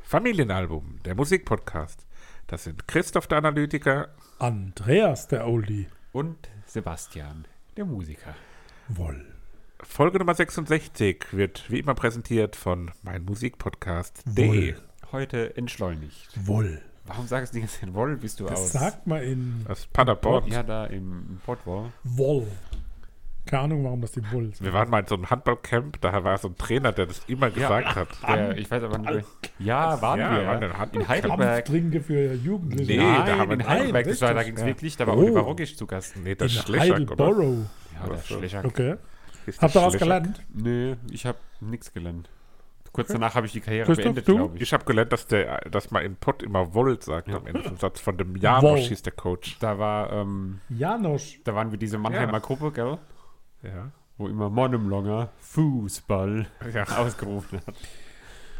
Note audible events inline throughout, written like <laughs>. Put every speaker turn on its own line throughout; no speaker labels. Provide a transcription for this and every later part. Familienalbum, der Musikpodcast. Das sind Christoph der Analytiker
Andreas, der Oldie.
Und Sebastian, der Musiker.
Woll.
Folge Nummer 66 wird wie immer präsentiert von meinmusikpodcast.de.
Woll.
Heute entschleunigt.
Woll.
Warum sagst du die ganze Zeit Woll? Bist du
Das
aus
sagt man in
Aus Paderborn.
Ja, da im Pott war.
Woll. Keine Ahnung, warum das die Woll sind.
Wir waren mal in so einem Handballcamp, daher war so ein Trainer, der das immer gesagt hat.
Der, ich weiß aber nicht. Ja, waren
Ja,
wir.
waren wir in Heidelberg.
in Heidelberg.
Kampftrinke für Jugendliche.
Nee,
Nein,
da haben wir-
in Heidelberg.
Nein,
das war, da
richtig,
ging es
ja.
wirklich. Da war
Oh.
Oliver Rogisch zu Gast.
Nee, das ist
in
Schleschak, oder?
Heidelborough.
Ja, der Schlecher.
Okay.
Ist das
Habt ihr was
Schleschak?
gelernt?
Nö, ich habe nichts gelernt. Kurz danach habe ich die Karriere
Christoph,
beendet,
du?
glaube ich.
Ich habe gelernt, dass, der, dass man im Pott immer Woll sagt am Ende vom Satz. Von dem Janosch
Woll.
hieß der Coach.
Da, war, ähm,
Janosch.
da waren wir diese Mannheimer
Ja.
Gruppe, gell?
Ja.
Wo immer Monemlonger Fußball <laughs> ausgerufen hat.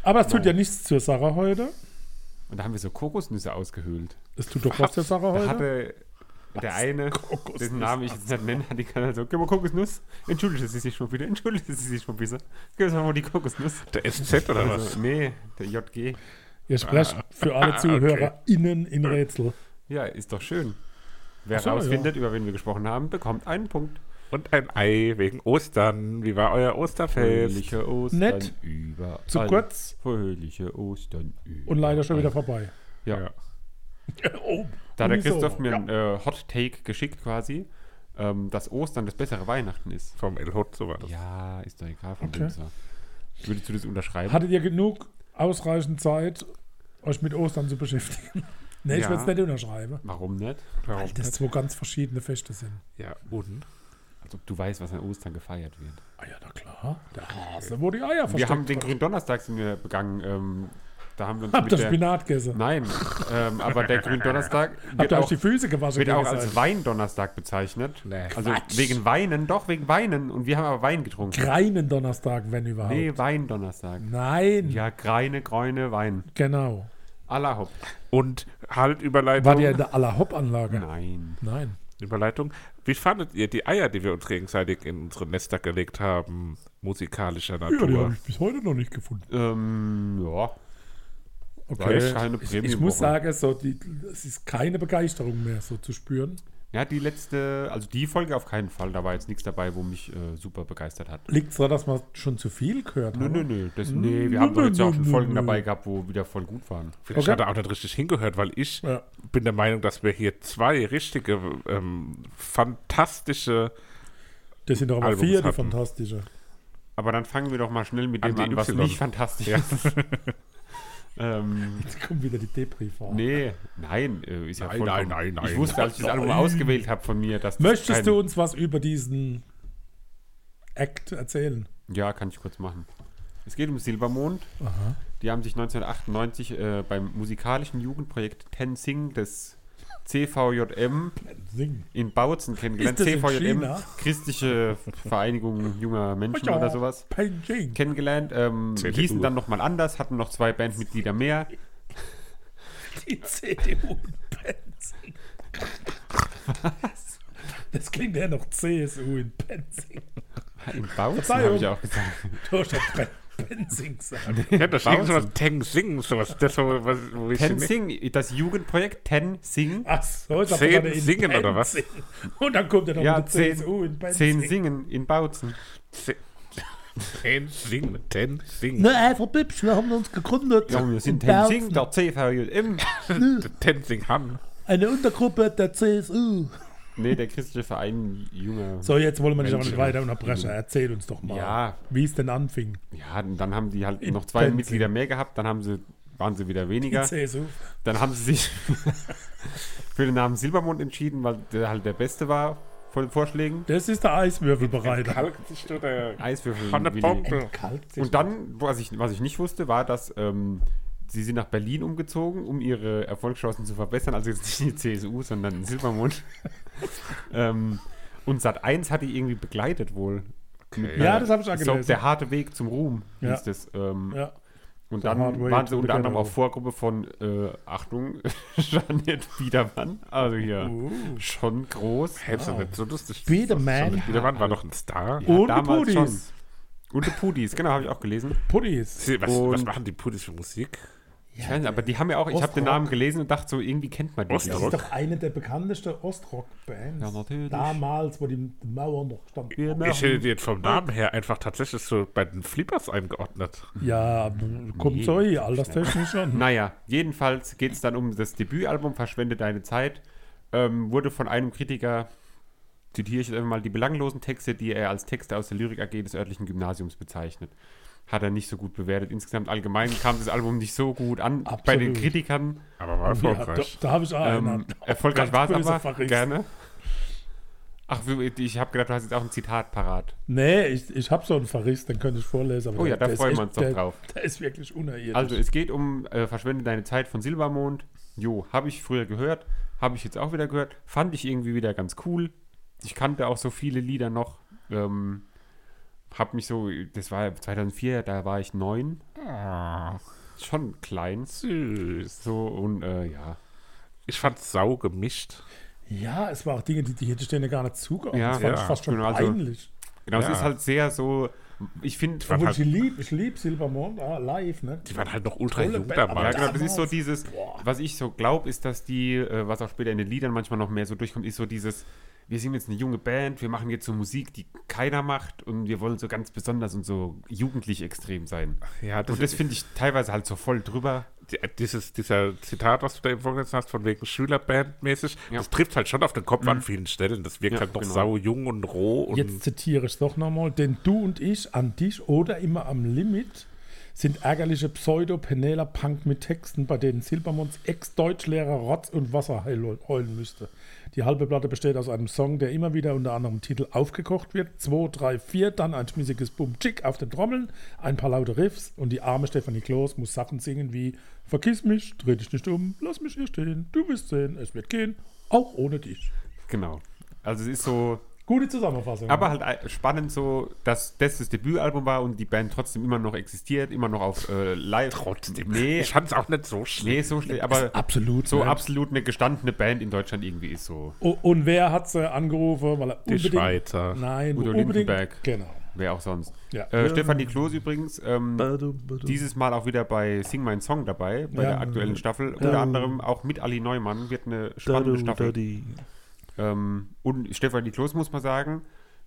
Aber es tut ja nichts zur Sache heute.
Und da haben wir so Kokosnüsse ausgehöhlt.
Es tut doch was zur Sache
Da
heute.
hatte der eine, dessen Namen ich jetzt nicht nenne, hat die Kanal so, gib mal Kokosnuss. Entschuldigt sie sich schon wieder, entschuldigt sie sich schon wieder. Gib uns mal die Kokosnuss.
Der SZ oder was?
Also, nee, der JG.
Ihr sprecht
Ah.
für alle ZuhörerInnen in Rätsel.
Ja, ist doch schön. Wer
Ach so,
rausfindet, über wen wir gesprochen haben, bekommt einen Punkt.
Und ein Ei wegen Ostern. Wie war euer Osterfest?
Fröhliche Ostern
Nett.
überall.
Zu kurz
Fröhliche Ostern überall.
und leider schon wieder
Ah.
vorbei.
Ja.
oh,
Da hat der
wieso?
Christoph mir einen äh, Hot Take geschickt quasi, ähm, dass Ostern das bessere Weihnachten ist.
Vom El Hot, so war das.
Ja, ist doch egal von
Okay.
wem es war. Würdest du das unterschreiben?
Hattet ihr genug, ausreichend Zeit, euch mit Ostern zu beschäftigen? <laughs> ne, ich
Ja.
würde es nicht unterschreiben.
Warum nicht?
Warum?
Weil das zwei ganz verschiedene Feste sind.
Ja, und?
Als ob du weißt, was an Ostern gefeiert wird.
Ah ja, na klar. Der Hase, Ah, wo die Eier versteckt
wir haben den
hat.
Gründonnerstag sind wir begangen. Ähm, da haben wir uns
Habt ihr
der-
Spinat gegessen?
Nein, ähm, aber der Gründonnerstag
<laughs> Habt
wird
ihr euch
auch,
die Füße gewaschen?
wird auch
gegenseitig?
als Weindonnerstag bezeichnet.
Nee.
Also wegen Weinen, doch wegen Weinen. Und wir haben aber Wein getrunken.
Greinen Donnerstag, wenn überhaupt.
nee, Weindonnerstag.
Nein,
Ja, greine, greune Wein.
genau.
Allerhopp.
Und halt Überleitung.
War der in der Allerhop-Anlage?
Nein.
Nein.
Überleitung. Wie fandet ihr die Eier, die wir uns gegenseitig in unsere Nester gelegt haben? Musikalischer
Ja, die habe
Natur.
ich bis heute noch nicht gefunden.
Ähm, ja.
Okay.
echt keine
ich, ich
Prämienwoche.
muss sagen, so die, es ist keine Begeisterung mehr so zu spüren.
Ja, die letzte, also die Folge auf keinen Fall. Da war jetzt nichts dabei, wo mich äh, super begeistert hat.
Liegt es daran, dass man schon zu viel gehört
Nö,
hat?
nö, nö. Das, nee,
Nö,
wir haben doch
nö,
jetzt auch
nö,
schon
nö,
Folgen
nö.
dabei gehabt, wo wieder voll gut waren.
Vielleicht
Okay.
hat er auch nicht richtig hingehört, weil ich
Ja.
bin der Meinung, dass wir hier zwei richtige, ähm, fantastische
Das sind doch aber
Albums
vier, die
hatten.
fantastische.
Aber dann fangen wir doch mal schnell mit
An
dem
die
an, was
Y.
nicht fantastisch
Ja. <laughs>
ist. ähm,
Jetzt kommt wieder die Depri-Form.
nee, nein, äh, ist ja
Nein, nein,
vollkommen-
nein, nein.
Ich wusste, als ich das Album
Nein.
ausgewählt habe von mir, dass das kein-
Möchtest du uns was über diesen Act erzählen?
Ja, kann ich kurz machen. Es geht um Silbermond. Die haben sich 1998 äh, beim musikalischen Jugendprojekt Tensing des CVJM
Singen.
in Bautzen kennengelernt.
Ist das in
CVJM,
China?
christliche Vereinigung junger Menschen oder sowas.
Penjing.
Kennengelernt, ähm,
CDU.
hießen dann nochmal anders, hatten noch zwei Bandmitglieder mehr.
Die CDU und Penzing. Was? Das klingt ja noch CSU in Penzing.
In Bautzen
Verzeihung.
habe ich auch gesagt.
<laughs> Du hast ja Penzing sagen.
Ja, da steht sowas Teng Sing, sowas, das, wo, was, wo ich
Ten
nicht-
Sing, das Jugendprojekt Ten Sing.
Ach so, jetzt
Zehn
gerade in
singen oder was?
Penzing. Und dann kommt er noch
Ja,
mit
zehn,
CSU in Penzing.
zehn Singen in Bautzen.
Ze- Ten Sing, Ten Sing, <laughs>
Na, einfach Bibsch, wir haben uns gegründet.
Ja, wir sind
In
Ten
Bautzen.
Sing, der CVJM. hm.
Ten Sing Han.
Eine Untergruppe der CSU.
Nee, der christliche Verein junger.
So, jetzt wollen wir dich aber nicht
Menschen.
weiter unterbrechen. Erzähl uns doch mal,
Ja.
wie es denn anfing.
Ja, und dann haben die halt
In
noch zwei
Tenzing.
Mitglieder mehr gehabt, dann haben sie, waren sie wieder
Die
weniger.
CSU.
Dann haben sie sich <laughs> für den Namen Silbermond entschieden, weil der halt der beste war von den Vorschlägen.
Das ist der Eiswürfelbereiter.
Kalk sich oder
Eiswürfel.
Von der
Willi.
Pompe.
Und dann, was ich, was ich nicht wusste, war, dass ähm, sie sind nach Berlin umgezogen, um ihre Erfolgschancen zu verbessern. Also jetzt nicht die CSU,
<laughs>
sondern Silbermond. ähm, und Sat 1 hat die irgendwie begleitet wohl. Mit
Ja,
einer-
das habe ich auch
so,
gelesen.
Der harte Weg zum Ruhm
Ja.
hieß das. Ähm,
Ja.
Und
The
dann
hard way
waren sie
to
unter
become
anderem
a
auch Vorgruppe von, äh, Achtung, <laughs> Jeanette Biedermann. Also hier,
Uh.
schon groß.
Hättest du nicht so lustig.
Biedermann.
Biedermann war doch ein Star.
Ja,
Und die
damals
Pudis.
schon. Und die Pudis, genau, habe ich auch gelesen.
Pudis.
Sie- Was, was
Und-
machen die Pudis für Musik?
Ich weiß nicht, aber die haben ja auch, ich habe den
äh, Ostrock.
Namen gelesen und dachte so, irgendwie kennt man die.
Ostrock?
Das ist doch eine der bekanntesten Ostrock-Bands.
Ja, natürlich.
Damals, wo die Mauer noch stand.
Ich hätte die jetzt vom Namen her einfach tatsächlich so bei den Flippers eingeordnet.
Ja, kommt so hier, alterstechnisch schon.
<laughs> Naja, jedenfalls geht es dann um das Debütalbum Verschwende deine Zeit. Ähm, wurde von einem Kritiker, zitiere ich jetzt einfach mal, die belanglosen Texte, die er als Texte aus der Lyrik AG des örtlichen Gymnasiums bezeichnet. Hat er nicht so gut bewertet. Insgesamt allgemein kam das Album nicht so gut an bei den
Absolut.
Kritikern.
Aber war
Ja, da
erfolgreich.
da habe ich auch
Ähm,
einen.
erfolgreich war
Ganz
es aber.
böse Verriss.
Gerne. Ach, ich habe gedacht, du hast jetzt auch ein Zitat parat.
Nee, ich, ich habe so einen Verriss, den könnte ich vorlesen. aber
Oh ja,
Äh, der-
da
der ist
freuen wir
echt-
uns doch
der-
drauf.
Der ist wirklich unerirdisch.
Also es geht um äh, Verschwende deine Zeit von Silbermond. Jo, habe ich früher gehört, habe ich jetzt auch wieder gehört. Fand ich irgendwie wieder ganz cool. Ich kannte auch so viele Lieder noch. Ähm, hab mich so, das war 2004, da war ich neun,
Ah,
schon klein.
süß.
So und äh, ja,
Ich fand's sau gemischt.
ja, es waren auch Dinge, die, die hätte ich denen gar nicht zugeordnet.
Ja,
das fand
ja,
ich fast schon
genau, also-
peinlich.
genau. Es
Ja.
ist halt sehr so. Ich finde,
fand
Obwohl
halt-
ich lieb, ich lieb Silbermond, ah, live, ne?
Die waren halt noch ultra
Tolle
jung
Band, aber
Ja,
damals.
genau, das ist so dieses,
Boah.
was ich so glaube, ist, dass die, äh, was auch später in den Liedern manchmal noch mehr so durchkommt, ist so dieses, wir sind jetzt eine junge Band, wir machen jetzt so Musik, die keiner macht und wir wollen so ganz besonders und so jugendlich extrem sein.
Ja, das
und das finde ich teilweise halt so voll drüber.
Die- äh, Dieses, dieser Zitat, was du da eben vorgelesen hast, von wegen Schülerband-mäßig,
Ja. Mhm.
das trifft halt schon auf den Kopf an vielen Stellen. Das wirkt
Ja,
halt noch
genau.
sau jung und roh. Und
Jetzt zitiere ich es doch nochmal, denn du und ich an dich oder immer am Limit sind ärgerliche Pseudo-Penela-Punk mit Texten, bei denen Silbermonds Ex-Deutschlehrer Rotz und Wasser heil- heulen müsste. Die halbe Platte besteht aus einem Song, der immer wieder unter anderem Titel aufgekocht wird. 2, 3, 4, dann ein schmissiges Bum-Chick auf den Trommeln, ein paar laute Riffs und die arme Stefanie Kloß muss Sachen singen wie Vergiss mich, dreh dich nicht um, lass mich hier stehen, du wirst sehen, es wird gehen, auch ohne dich.
Genau. Also es ist so,
Gute Zusammenfassung.
aber halt äh, spannend so, dass das das Debütalbum war und die Band trotzdem immer noch existiert, immer noch auf äh, live.
trotzdem,
Nee,
ich fand's auch nicht so schlimm.
nee so schlecht, aber
absolut.
so
ne?
absolut eine gestandene Band in Deutschland irgendwie ist so.
O- Und wer hat sie angerufen? Weil er
Die
unbedingt,
Schweizer.
Nein,
Udo
unbedingt.
Lindenberg.
Genau.
Wer auch sonst.
Ja. Äh,
Äh, Stefanie Kloß übrigens, ähm,
Badum, badum.
dieses Mal auch wieder bei Sing Mein Song dabei, bei
Ja.
der aktuellen Staffel. Unter anderem auch mit Ali Neumann wird eine spannende
Badum,
Staffel.
dadi.
Ähm, und Stefanie Kloß muss man sagen,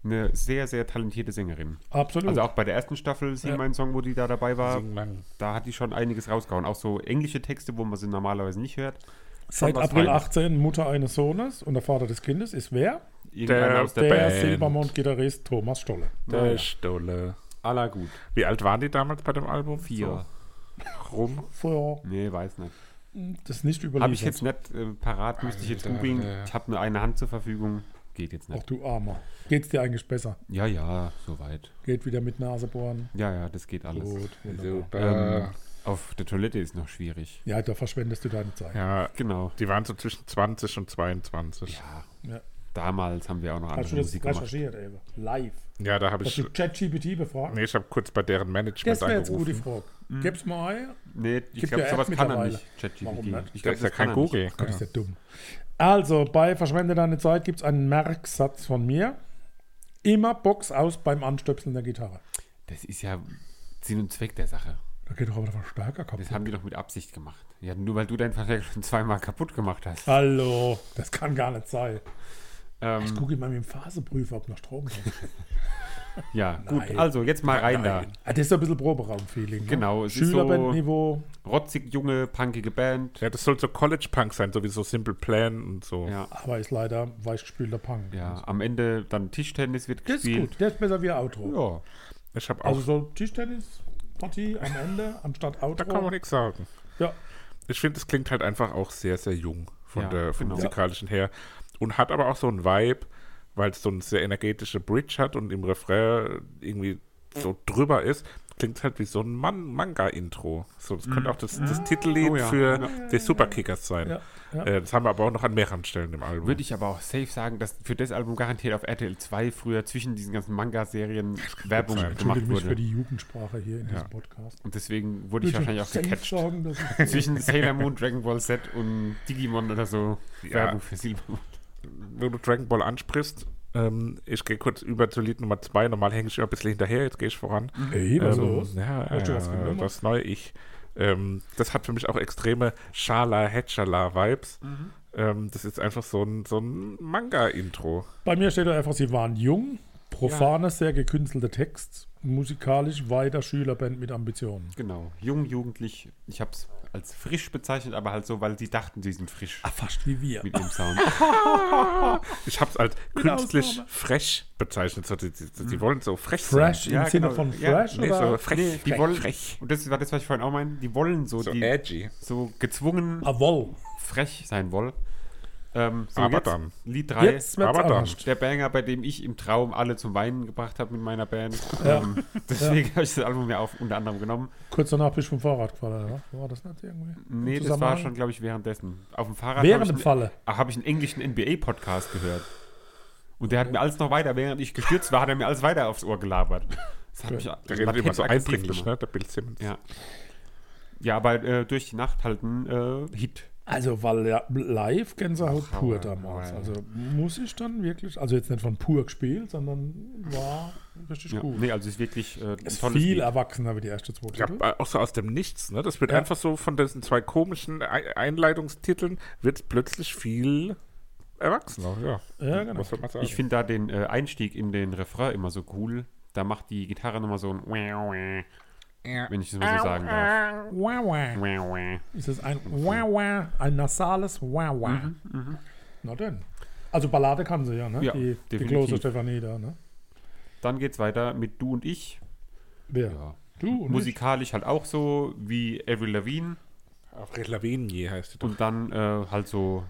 eine sehr, sehr talentierte Sängerin.
Absolut.
Also auch bei der ersten Staffel Sing
Ja.
Mein Song, wo die da dabei war,
Lang.
da hat die schon einiges rausgehauen. Auch so englische Texte, wo man sie normalerweise nicht hört.
Seit
was
April
Feines.
18 Mutter eines Sohnes und der Vater des Kindes ist wer?
Irgendeiner
Der-
aus der, Band.
Der
Band.
Silbermond-Gitarrist Thomas Stolle.
Der
Naja.
Stolle.
Aller gut.
Wie alt waren die damals bei dem Album?
Vier.
So rum.
Vorher
Nee, weiß nicht.
das nicht überliefert.
Habe ich jetzt nicht äh, parat, müsste ich jetzt
Alter,
googeln.
der-
Ich habe nur eine Hand zur Verfügung. Geht jetzt
Ach
nicht.
du Armer. Geht's dir eigentlich besser?
Ja, ja, soweit.
Geht wieder mit Nase bohren.
Ja, ja, das geht alles.
Gut, wunderbar.
Super.
Ähm, auf der Toilette ist noch schwierig.
Ja, da verschwendest du deine Zeit.
ja,
Genau.
die waren so zwischen 20 und 22.
Ja.
Ja.
Damals haben wir auch noch
Hast
andere
du das
Musik gemacht.
recherchiert, Eva? Live.
Ja, da habe
Hast
ich.
du ChatGPT befragt?
Nee, ich habe kurz bei deren Management
das wäre jetzt eine gute
angerufen.
Frage. Gib's mal ein.
Nee, ich
Gibt
glaube,
ja
sowas
App
kann er
mittlerweile.
nicht. ChatGPT.
Warum nicht?
Ich
Das
glaube,
ist ja kein
kann er nicht.
Google.
Gott, ist ja dumm. Also, bei Verschwende deine Zeit gibt es einen Merksatz von mir. Immer Box aus beim Anstöpseln der Gitarre.
Das ist ja Sinn und Zweck der Sache.
Da geht doch aber der Verstärker kaputt.
Das haben die doch mit Absicht gemacht. Ja, nur weil du deinen Vertrag schon zweimal kaputt gemacht
Ah,
hast.
Hallo, das kann gar nicht sein. Ich
Ähm,
gucke immer mit dem Phaseprüfer, ob noch Strom kommt.
ja, gut.
Nein.
Also, jetzt mal <laughs> rein da.
Ah, das ist so ein bisschen Proberaum-Feeling. Ne?
Genau, es ist so-
Schülerbandniveau.
Rotzig, junge, punkige Band.
Ja, das soll so College-Punk sein, sowieso Simple Plan und so.
Ja.
aber ist leider weichgespülter Punk.
Ja, am Ende dann Tischtennis wird
Das ist
gespielt.
gut, der ist besser wie ein Outro.
Ja.
Ich habe auch.
Also so Tischtennis-Partie am Ende anstatt Outro.
da kann man nichts sagen.
ja,
Ich finde, es klingt halt einfach auch sehr, sehr jung von
Ja,
der vom
genau.
musikalischen her. Und hat aber auch so einen Vibe, weil es so eine sehr energetische Bridge hat und im Refrain irgendwie so drüber ist. Klingt halt wie so ein Man Manga-Intro. So, das könnte auch das, das Titellied
Mhm. Oh ja,
für die Superkickers sein.
ja, ja.
Äh, das haben wir aber auch noch an mehreren Stellen im Album.
Würde ich aber auch safe sagen, dass für das Album garantiert auf RTL 2 früher zwischen diesen ganzen Manga-Serien Werbung
sein.
gemacht
Entschuldige mich für
wurde.
die Jugendsprache hier in diesem Podcast.
Und deswegen wurde ich
Würde
wahrscheinlich auch
safe
gecatcht.
Sagen, dass ich-
<laughs> Zwischen Sailor Moon, Dragon Ball Z und Digimon oder so.
Ja.
Werbung für Silbermond.
Wenn du Dragon Ball ansprichst, ähm, ich gehe kurz über zu Lied Nummer
Mhm.
2. Normal hänge ich immer ein bisschen hinterher, jetzt gehe ich voran.
Ey, was
Ähm,
los?
Ja,
Hast du was
äh,
genommen?
das neue Ich. Ähm, das hat für mich auch extreme Schala-Hetschala-Vibes.
Mhm.
Ähm, das ist einfach so ein, so ein Manga-Intro.
Bei mir steht da einfach, sie waren jung, profaner, sehr gekünstelter Text, musikalisch weiter Schülerband mit Ambitionen.
Genau, jung, jugendlich. Ich habe es als frisch bezeichnet, aber halt so, weil sie dachten, sie sind frisch
Ah, fast wie wir.
mit ihrem Sound.
Ich habe es als künstlich frech bezeichnet. So, die, die,
Mhm.
die wollen so frech
Fresh
sein.
im
Ja,
Sinne
genau.
von
Ja,
fresh
Nee, so <laughs>
oder
frech,
Nee, die
frech,
wollen,
frech.
und das war das, was ich vorhin auch meine, die wollen so,
So
die,
edgy.
so gezwungen
Avol.
frech sein wollen. Ähm, so
Aber
jetzt,
dann.
Lied 3,
Jetzt wird's
aber dann.
anders.
der Banger, bei dem ich im Traum alle zum Weinen gebracht habe mit meiner Band.
Ja.
Ähm, deswegen habe ich das Album ja auf unter anderem genommen.
Kurz danach bist du vom Fahrrad gefallen, oder? War das nicht irgendwie?
Nee,
Im
das war
Zusammenhang?
schon, glaube ich, währenddessen. Auf dem Fahrrad
Während
habe
dem
ich,
Falle.
einen- hab ich einen englischen NBA-Podcast gehört. Und der hat mir alles noch weiter, während ich gestürzt war, hat er mir alles weiter aufs Ohr gelabert. Das hat mich
Der
latent
redet immer so
aggressiv
eindringlich,
gemacht.
ne? Der Bill Simmons.
Ja. Ja, aber äh, durch die Nacht halt ein äh, Hit.
Also war la- live Gänsehaut
Ach,
pur
Hauer,
damals.
Hauer.
Also muss ich dann wirklich, also jetzt nicht von pur gespielt, sondern war richtig
Ja.
gut.
Nee, also ist wirklich äh, ein
Es
tolles
viel
Lied.
erwachsener wie die erste zwei
Ja,
Titel.
auch so äh, aus dem Nichts, ne? Das wird
Mhm. Ja.
einfach so von diesen zwei komischen Ei- Einleitungstiteln wird plötzlich viel erwachsener, ja.
Ja, genau.
Was soll man sagen?
Ich finde da den äh, Einstieg in den Refrain immer so cool. Da macht die Gitarre nochmal so ein wenn ich es mal so sagen darf.
Wah, wah. Ist es ein wah, wah, ein nasales wah, wah. Na denn. Also Ballade kann sie ja, ne?
Ja,
die die
definitiv.
große Stefanie da, ne?
Dann geht's weiter mit Du und ich.
Wer? Du und
Musikalisch halt auch so wie Avril Lavigne
Avril Lavigne heißt die doch.
und dann äh, halt so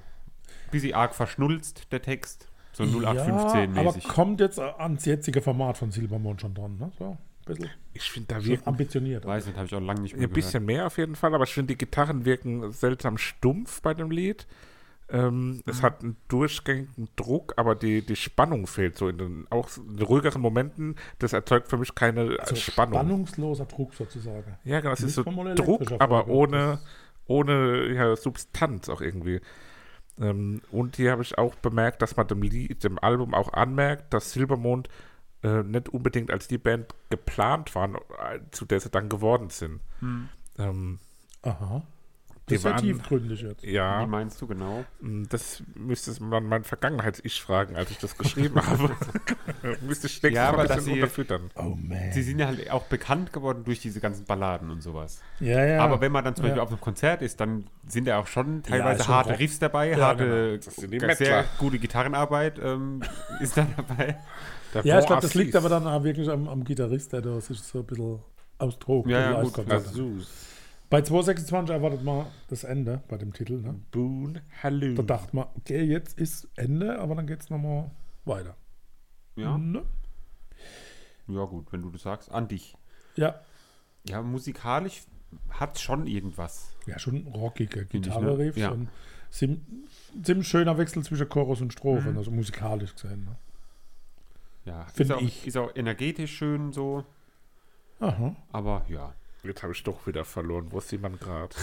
ein bisschen arg verschnulzt der Text, so
ich.
0815
ja, aber
mäßig.
kommt jetzt ans jetzige Format von Silbermond schon dran, ne? So, ein bisschen
Ich finde, da
schon
wirken
ambitioniert.
Weiß nicht, habe ich auch lange nicht mehr
ein bisschen mehr auf jeden Fall, aber ich finde, die Gitarren wirken seltsam stumpf bei dem Lied. Ähm,
Mhm.
Es hat einen durchgängigen Druck, aber die, die Spannung fehlt so in den auch in ruhigeren Momenten. Das erzeugt für mich keine äh,
So
Spannung.
Also Spannungsloser Druck sozusagen.
Ja, genau, es
Nicht
ist so
vom Moll
Druck,
elektrischer
aber
Vogel.
ohne, ohne ja, Substanz auch irgendwie. Ähm, und hier habe ich auch bemerkt, dass man dem Lied, dem Album auch anmerkt, dass Silbermond äh, nicht unbedingt als die Band geplant waren, äh, zu der sie dann geworden sind.
Hm.
Ähm,
Aha.
Die
Das ist ja
waren-
tiefgründig jetzt.
gehört. Wie
ja,
meinst du genau?
mh, das müsste man mein Vergangenheits-Ich fragen, als ich das geschrieben <laughs> habe. müsste ich nächstes
Ja,
Mal
aber
ein
dass
bisschen
sie-
unterfüttern.
Oh man.
Sie sind ja halt auch bekannt geworden durch diese ganzen Balladen und sowas.
ja, ja.
Aber wenn man dann zum
Ja.
Beispiel auf einem Konzert ist, dann sind ja auch schon teilweise
schon
harte
Rock.
Riffs dabei, harte,
Das sind die
sehr
Mettler.
gute Gitarrenarbeit ähm, <laughs> ist dann dabei.
Der
ja, ich
Bon
glaube, das
Assis.
liegt aber dann auch wirklich am, am Gitarrist, der da sich so ein bisschen austobt.
Ja, ja,
und
gut.
also
live-Konzerte.
Asus,
Bei 226 erwartet man das Ende bei dem Titel. Ne?
Mhm.
Boon, Hallo.
Da dachte man, okay, jetzt ist Ende, aber dann geht es nochmal weiter.
Ja,
Ne?
ja gut, wenn du das sagst, an dich.
ja.
Ja, musikalisch hat schon irgendwas.
Ja, schon rockiger
Finde ich, ne?
Gitarre-Riff.
Ja.
Und sim- ziemlich schöner Wechsel zwischen Chorus und Strophe,
Mhm.
also musikalisch gesehen. Ne?
Ja, ist
Find
auch,
ich.
ist auch energetisch schön so,
Aha.
aber ja.
Jetzt habe ich doch wieder verloren. Wo ist jemand gerade?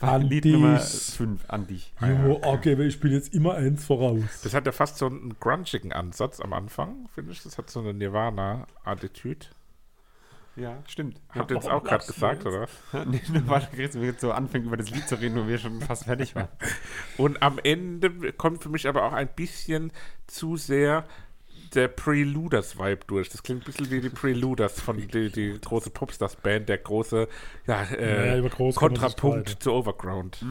An
Lied Nummer
dich.
5, an dich.
Jo, okay, ich spiele jetzt immer eins voraus.
Das hat ja fast so einen grunchigen Ansatz am Anfang, finde ich. Das hat so eine Nirvana-Attitüde.
Ja, stimmt.
Habt ihr jetzt auch gerade gesagt, oder?
<laughs> nee, nur weil Chris jetzt so anfängt, über das Lied zu reden, wo wir schon fast
<laughs>
fertig waren.
Und am Ende kommt für mich aber auch ein bisschen zu sehr der Preluders-Vibe durch. Das klingt ein bisschen wie die Preluders von die, die große Popstars-Band, der große ja,
Ja,
äh,
über groß kann man sich streiten.
Kontrapunkt zu Overground.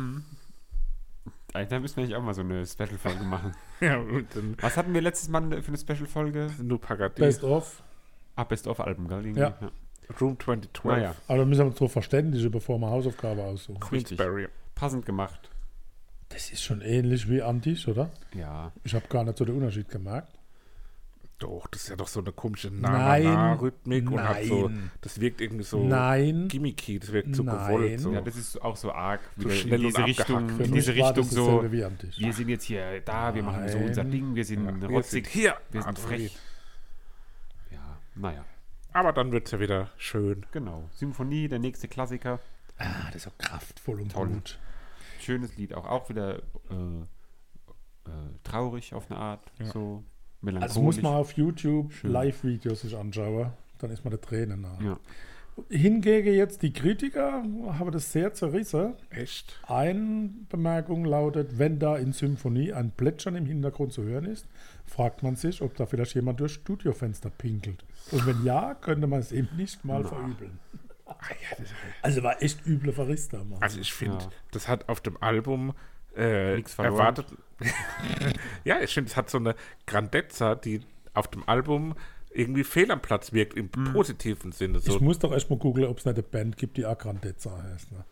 Da müssen wir eigentlich auch mal so eine Special-Folge machen.
Ja, und dann
Was hatten wir letztes Mal für eine Special-Folge?
Nu Pagadi,
Best of.
Ah, Best-of-Album, gell? irgendwie?
Ja.
Room 2012,
Naja,
Aber da müssen Also wir uns drauf verständigen, bevor wir Hausaufgabe aussuchen.
Queensberry.
passend gemacht.
Das ist schon ähnlich wie Antisch, oder?
Ja.
Ich habe gar nicht so den Unterschied gemerkt.
Doch, das ist ja doch so eine komische
Nein.
Na-Na-Rhythmik und hat so,
Nein.
das wirkt irgendwie so
Nein.
gimmicky, das wirkt so
Nein.
gewollt. So.
Ja, das ist auch so arg. Wieder
schnell
in
und
diese
abgehackt.
Richtung,
Für
in
mich
diese
war
Richtung
das
so.
dasselbe wie Antisch.
Wir sind jetzt hier da, wir machen so
Nein.
unser Ding, wir sind
Wir
rotzig,
sind hier
wir sind
am
frech.
Fried.
Ja, naja,
Aber dann wird es ja wieder schön.
genau. Symphonie, der nächste Klassiker.
Ah, das ist auch kraftvoll und
Toll.
gut.
Schönes Lied, auch auch wieder äh, äh, traurig auf eine Art, so melancholisch.
Also muss man auf YouTube Live-Videos sich anschauen, dann ist man der Tränen nah.
ja.
Hingegen jetzt die Kritiker haben das sehr zerrissen.
Echt?
Eine Bemerkung lautet, wenn da in Symphonie ein Plätschern im Hintergrund zu hören ist, fragt man sich, ob da vielleicht jemand durchs Studiofenster pinkelt. Und wenn ja, könnte man es ihm nicht mal verübeln.
Ah, halt
Also war echt üble Verriss damals.
Also ich finde,
Ja.
das hat auf dem Album äh,
Nix verloren.
erwartet. <laughs> ja, ich finde, es hat so eine Grandezza, die auf dem Album irgendwie fehl am Platz wirkt, im
Mhm.
positiven Sinne. So,
ich muss doch erst mal googeln, ob es nicht eine Band gibt, die Agrandezza heißt. Ne?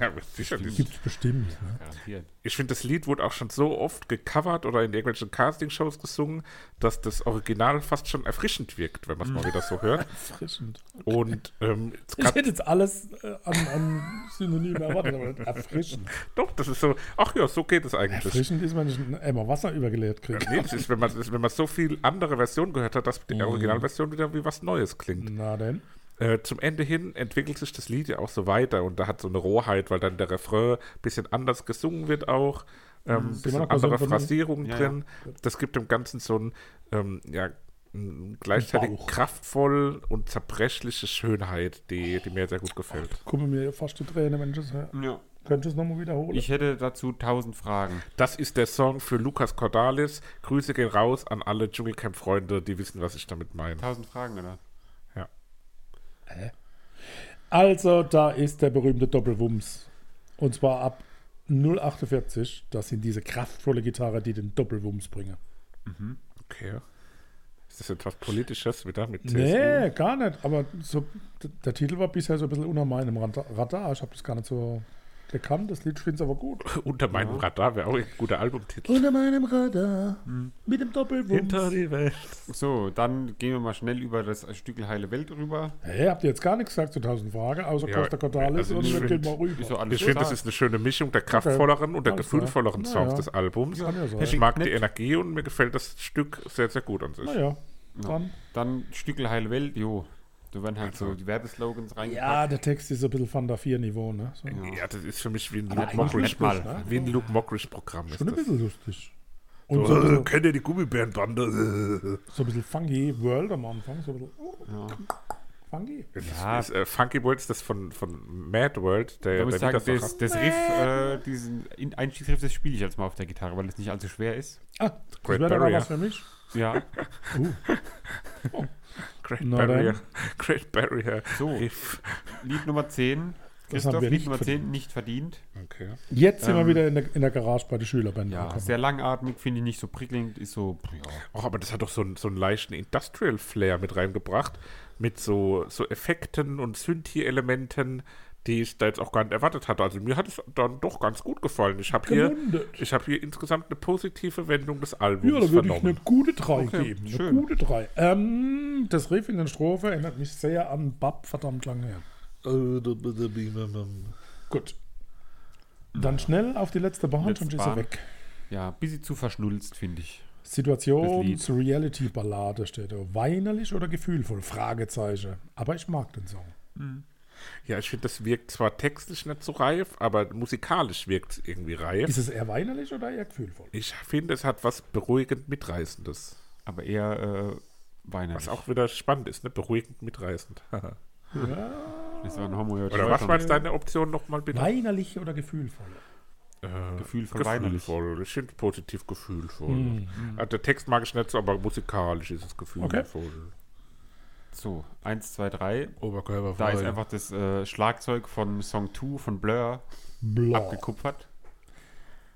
ja, aber sicher, das-
Gibt es bestimmt. Ne?
Garantiert.
ich finde, das Lied wurde auch schon so oft gecovert oder in irgendwelchen Castingshows gesungen, dass das Original fast schon erfrischend wirkt, wenn man es
Mhm.
mal wieder so
<laughs>
hört.
Erfrischend.
Und ähm, es
Ich
gab,
hätte jetzt alles äh, an, an Synonymen erwartet, aber nicht erfrischend.
doch, das ist so, ach ja, so geht es eigentlich.
<laughs> Erfrischend ist, wenn ich ein Emmer Wasser übergeleert kriege.
Nee, das ist, wenn man, das ist, wenn man so viel andere Versionen gehört hat,
Mhm.
dass die Originalversion wieder wie was Neues klingt.
Na denn?
Äh, zum Ende hin entwickelt sich das Lied ja auch so weiter und da hat so eine Rohheit, weil dann der Refrain ein bisschen anders gesungen wird
Mhm.
auch, ähm, ein bisschen
noch
andere
gesungen worden?
Phrasierung
Ja,
drin. Das gibt dem Ganzen so ein, ähm, ja, ein gleichzeitig
Bauch.
kraftvoll und zerbrechliche Schönheit, die, die mir sehr gut gefällt.
Kommen mir fast die Tränen, wenn ich das höre.
Ja.
Könntest du es nochmal wiederholen?
Ich hätte dazu tausend Fragen.
Das ist der Song für Lukas Cordalis. Grüße gehen raus an alle Dschungelcamp-Freunde, die wissen, was ich damit meine.
Tausend Fragen, oder?
Also, da ist der berühmte Doppelwumms. Und zwar ab 048. Das sind diese kraftvolle Gitarre, die den Doppelwumms bringen.
Okay. Ist das etwas Politisches wieder mit CSU?
Nee, gar nicht. Aber so, d- der Titel war bisher so ein bisschen unter meinem Rad- Radar. Ich habe das gar nicht so gekannt. Das Lied finde ich aber gut.
<laughs> Unter meinem Radar wäre auch ein guter Albumtitel.
Unter meinem Radar. Mit dem Doppelwumms.
die Welt.
So, dann gehen wir mal schnell über das Stück Heile Welt rüber.
Hey, habt ihr jetzt gar nichts gesagt zu 1000 Fragen, außer
Ja,
Costa Cordalis
also
und
ich
wir
find-
gehen mal rüber.
Ist so alles
Ich finde,
klar.
das ist eine schöne Mischung der kraftvolleren und der
Alles klar.
gefühlvolleren
Na
Songs
ja.
des Albums.
Kann ja sein.
Ich mag die
Klingt nett.
Energie und mir gefällt das Stück sehr, sehr gut an sich.
Naja, dann.
Dann Stückel Heile Welt, jo. Da werden halt so die Werbeslogans
Ja,
reingepackt.
der Text ist so ein bisschen Van der Vier-Niveau, ne? So.
Ja, das ist für mich wie ein
Aber
Luke
eigentlich
Mockridge
nicht mal.
wie ein Luke Mockridge Programm. Ist
Schon ein
das.
bisschen lustig. Und so, ein
So,
bisschen-
äh, kennt ihr die Gummibärenbande?
so ein bisschen Funky World am Anfang. So ein bisschen, oh, Funky.
Äh,
Ja.
Ist, äh, Funky World ist das von, von Mad World,
Da
der,
muss ich
der
sagen,
Liedermacher.
das, das Riff, äh, diesen In- Einstiegsriff, das spiele ich jetzt mal auf der Gitarre, weil es nicht allzu schwer ist.
Ah,
Great
das wäre doch mal
Barrier.
was für mich.
Ja,
Uh,
Great
Na
Barrier. <laughs>
dann.
Great Barrier.
So.
Riff.
Lied Nummer 10.
Das haben
Christoph,
wir
Lied
nicht
Nummer 10,
verdient.
nicht verdient.
Okay.
jetzt sind
Ähm,
wir wieder in der, in der Garage bei den Schülerbänden.
Ja,
angekommen.
sehr langatmig, finde ich nicht so prickelnd, ist so, pff, ja.
Och, aber das hat doch so, einen- so einen leichten Industrial-Flair mit reingebracht. Mit so, so Effekten und Synthi-Elementen, die ich da jetzt auch gar nicht erwartet hatte. Also mir hat es dann doch ganz gut gefallen. Ich habe hier,
Gemundet.
ich hab hier insgesamt eine positive Wendung des
Ja,
Albums
da würde ich eine
vernommen.
gute 3
Okay,
geben. Eine
schön.
gute 3. Ähm, das Riff in den Strophe erinnert mich sehr an Bab verdammt lange her.
Äh,
Gut. Dann schnell auf die letzte Bahn,
Letzte
schon ist er
Bahn.
weg.
ja, ein bisschen zu verschnulzt, finde ich. Das Lied.
Situations-Reality-Ballade steht da. Weinerlich oder gefühlvoll? Fragezeichen. Aber ich mag den Song.
Ja, ich finde, das wirkt zwar textlich nicht so reif, aber musikalisch wirkt es irgendwie reif.
Ist es eher weinerlich oder eher gefühlvoll?
Ich finde, es hat was beruhigend Mitreißendes.
Aber eher äh,
Was
weihnachtlich.
auch wieder spannend ist, ne? Beruhigend mitreißend. <laughs> Oder
Hm. Das war ein Homo
was war jetzt deine Option nochmal bitte? Äh,
Weinerlich oder gefühlvoll?
Gefühl von Mhm. weihnachtlich.
Gefühlvoll. Ich finde positiv gefühlvoll. Also der Text mag ich nicht so, aber musikalisch ist es gefühlvoll.
So, 1, 2, 3.
Oberkörper
Da ist einfach das äh, Schlagzeug von Song 2 von Blur
Blau.
abgekupfert.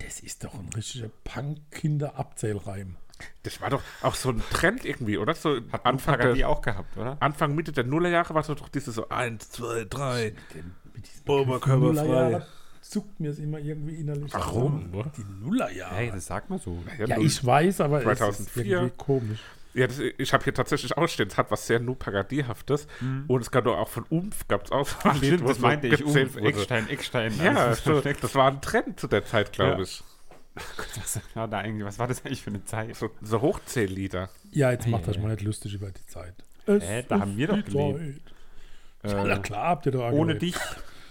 Das ist doch ein richtiger Punk-Kinder-Abzählreim.
Das war doch auch so ein Trend irgendwie, oder? So
Hat
Anfang,
Anfang die
der,
auch gehabt, oder?
Anfang, Mitte der Nullerjahre war es doch dieses so 1, 2, 3.
Nullerjahre zuckt mir es immer irgendwie innerlich.
Warum? ne?
Die Nullerjahre.
Hey, das sagt man so.
Ja,
ja,
null.
ich weiß, aber es ist
2004.
irgendwie komisch.
ja, das, ich habe hier tatsächlich ausstehen. Es hat was sehr Nu-Paradiehaftes. Und es gab doch auch von Umf, gab es auch so ein
Mhm. Ach,
Lied,
stimmt,
wo
das
so
meinte ich. Um,
gezählt wurde.
Eckstein, Eckstein.
Ja,
alles
so,
versteckt.
das war ein Trend zu der Zeit, glaube
Ja.
ich.
Was, war da eigentlich, was war das eigentlich für eine Zeit?
So, so Hochzähllieder.
Ja, jetzt macht
Ei,
euch
ei,
mal nicht lustig über die Zeit.
Äh, da haben wir doch gelebt.
Na
Äh,
klar, habt ihr doch auch
ohne
gelebt.
dich,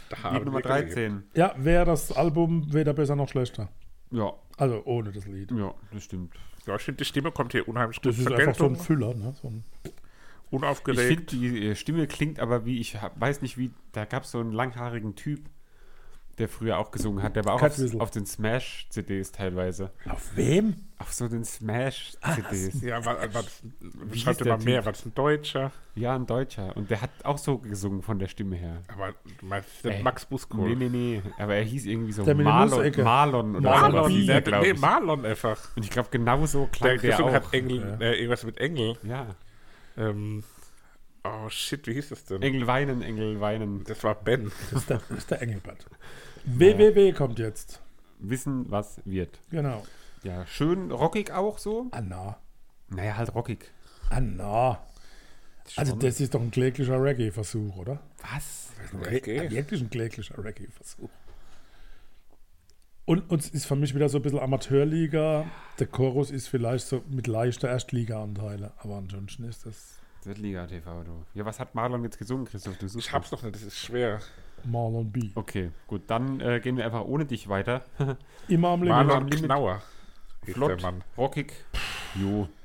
Da haben
Lied Nummer
wir gelebt.
13.
Ja, wäre das Album weder besser noch schlechter.
Ja,
Also ohne das Lied.
ja, das stimmt.
Ja, ich finde, die Stimme kommt hier unheimlich
Das
gut
ist
zur
einfach so ein
Geltung.
Füller, ne? So ein
Ich
unaufgeregt.
finde, die äh, Stimme klingt aber wie, ich hab, weiß nicht wie, da gab es so einen langhaarigen Typ, der früher auch gesungen hat. Der war auch auf,
Katzenwiesel.
auf den Smash-CDs teilweise.
Auf wem?
Auf so den Smash-CDs.
ja, was, was,
hieß
schreibt
der
immer mehr,
Typ?
was ein Deutscher.
Ja, ein Deutscher. Und der hat auch so gesungen von der Stimme her.
Aber du meinst
Ey.
den Max Busko.
Nee, nee, nee. Aber er hieß irgendwie so
Der mit der
Marlon,
Nussecke.
Marlon oder
Marlon
sowas hieß er,
der,
glaub
nee,
ich.
Marlon einfach.
Und ich glaube, genau so
Der
klang der,
gesungen
auch.
hat Engel, äh, irgendwas mit Engel.
ja.
Ähm, oh shit, wie hieß das denn?
Engel weinen, Engel weinen.
Das war Ben.
Das ist der, das ist der Engelbert. WWW kommt jetzt.
Wissen, was wird.
Genau.
Ja, schön rockig auch so.
Anna.
Naja, halt rockig.
Anna. Also
Schon.
das ist doch ein kläglicher Reggae-Versuch, oder?
Was?
Re- Wirklich ein kläglicher Reggae-Versuch. Und uns ist für mich wieder so ein bisschen Amateurliga. Der Chorus ist vielleicht so mit leichter Erstliga-Anteile, aber ansonsten ist das
Liga TV, du. Ja, was hat Marlon jetzt gesungen, Christoph? Du suchst
Ich hab's noch nicht, das ist schwer.
Marlon B.
Okay, gut, dann äh, gehen wir einfach ohne dich weiter.
Immer am Limit.
Marlon Knauer hieß der
Flott,
Mann.
rockig. Jo. <laughs>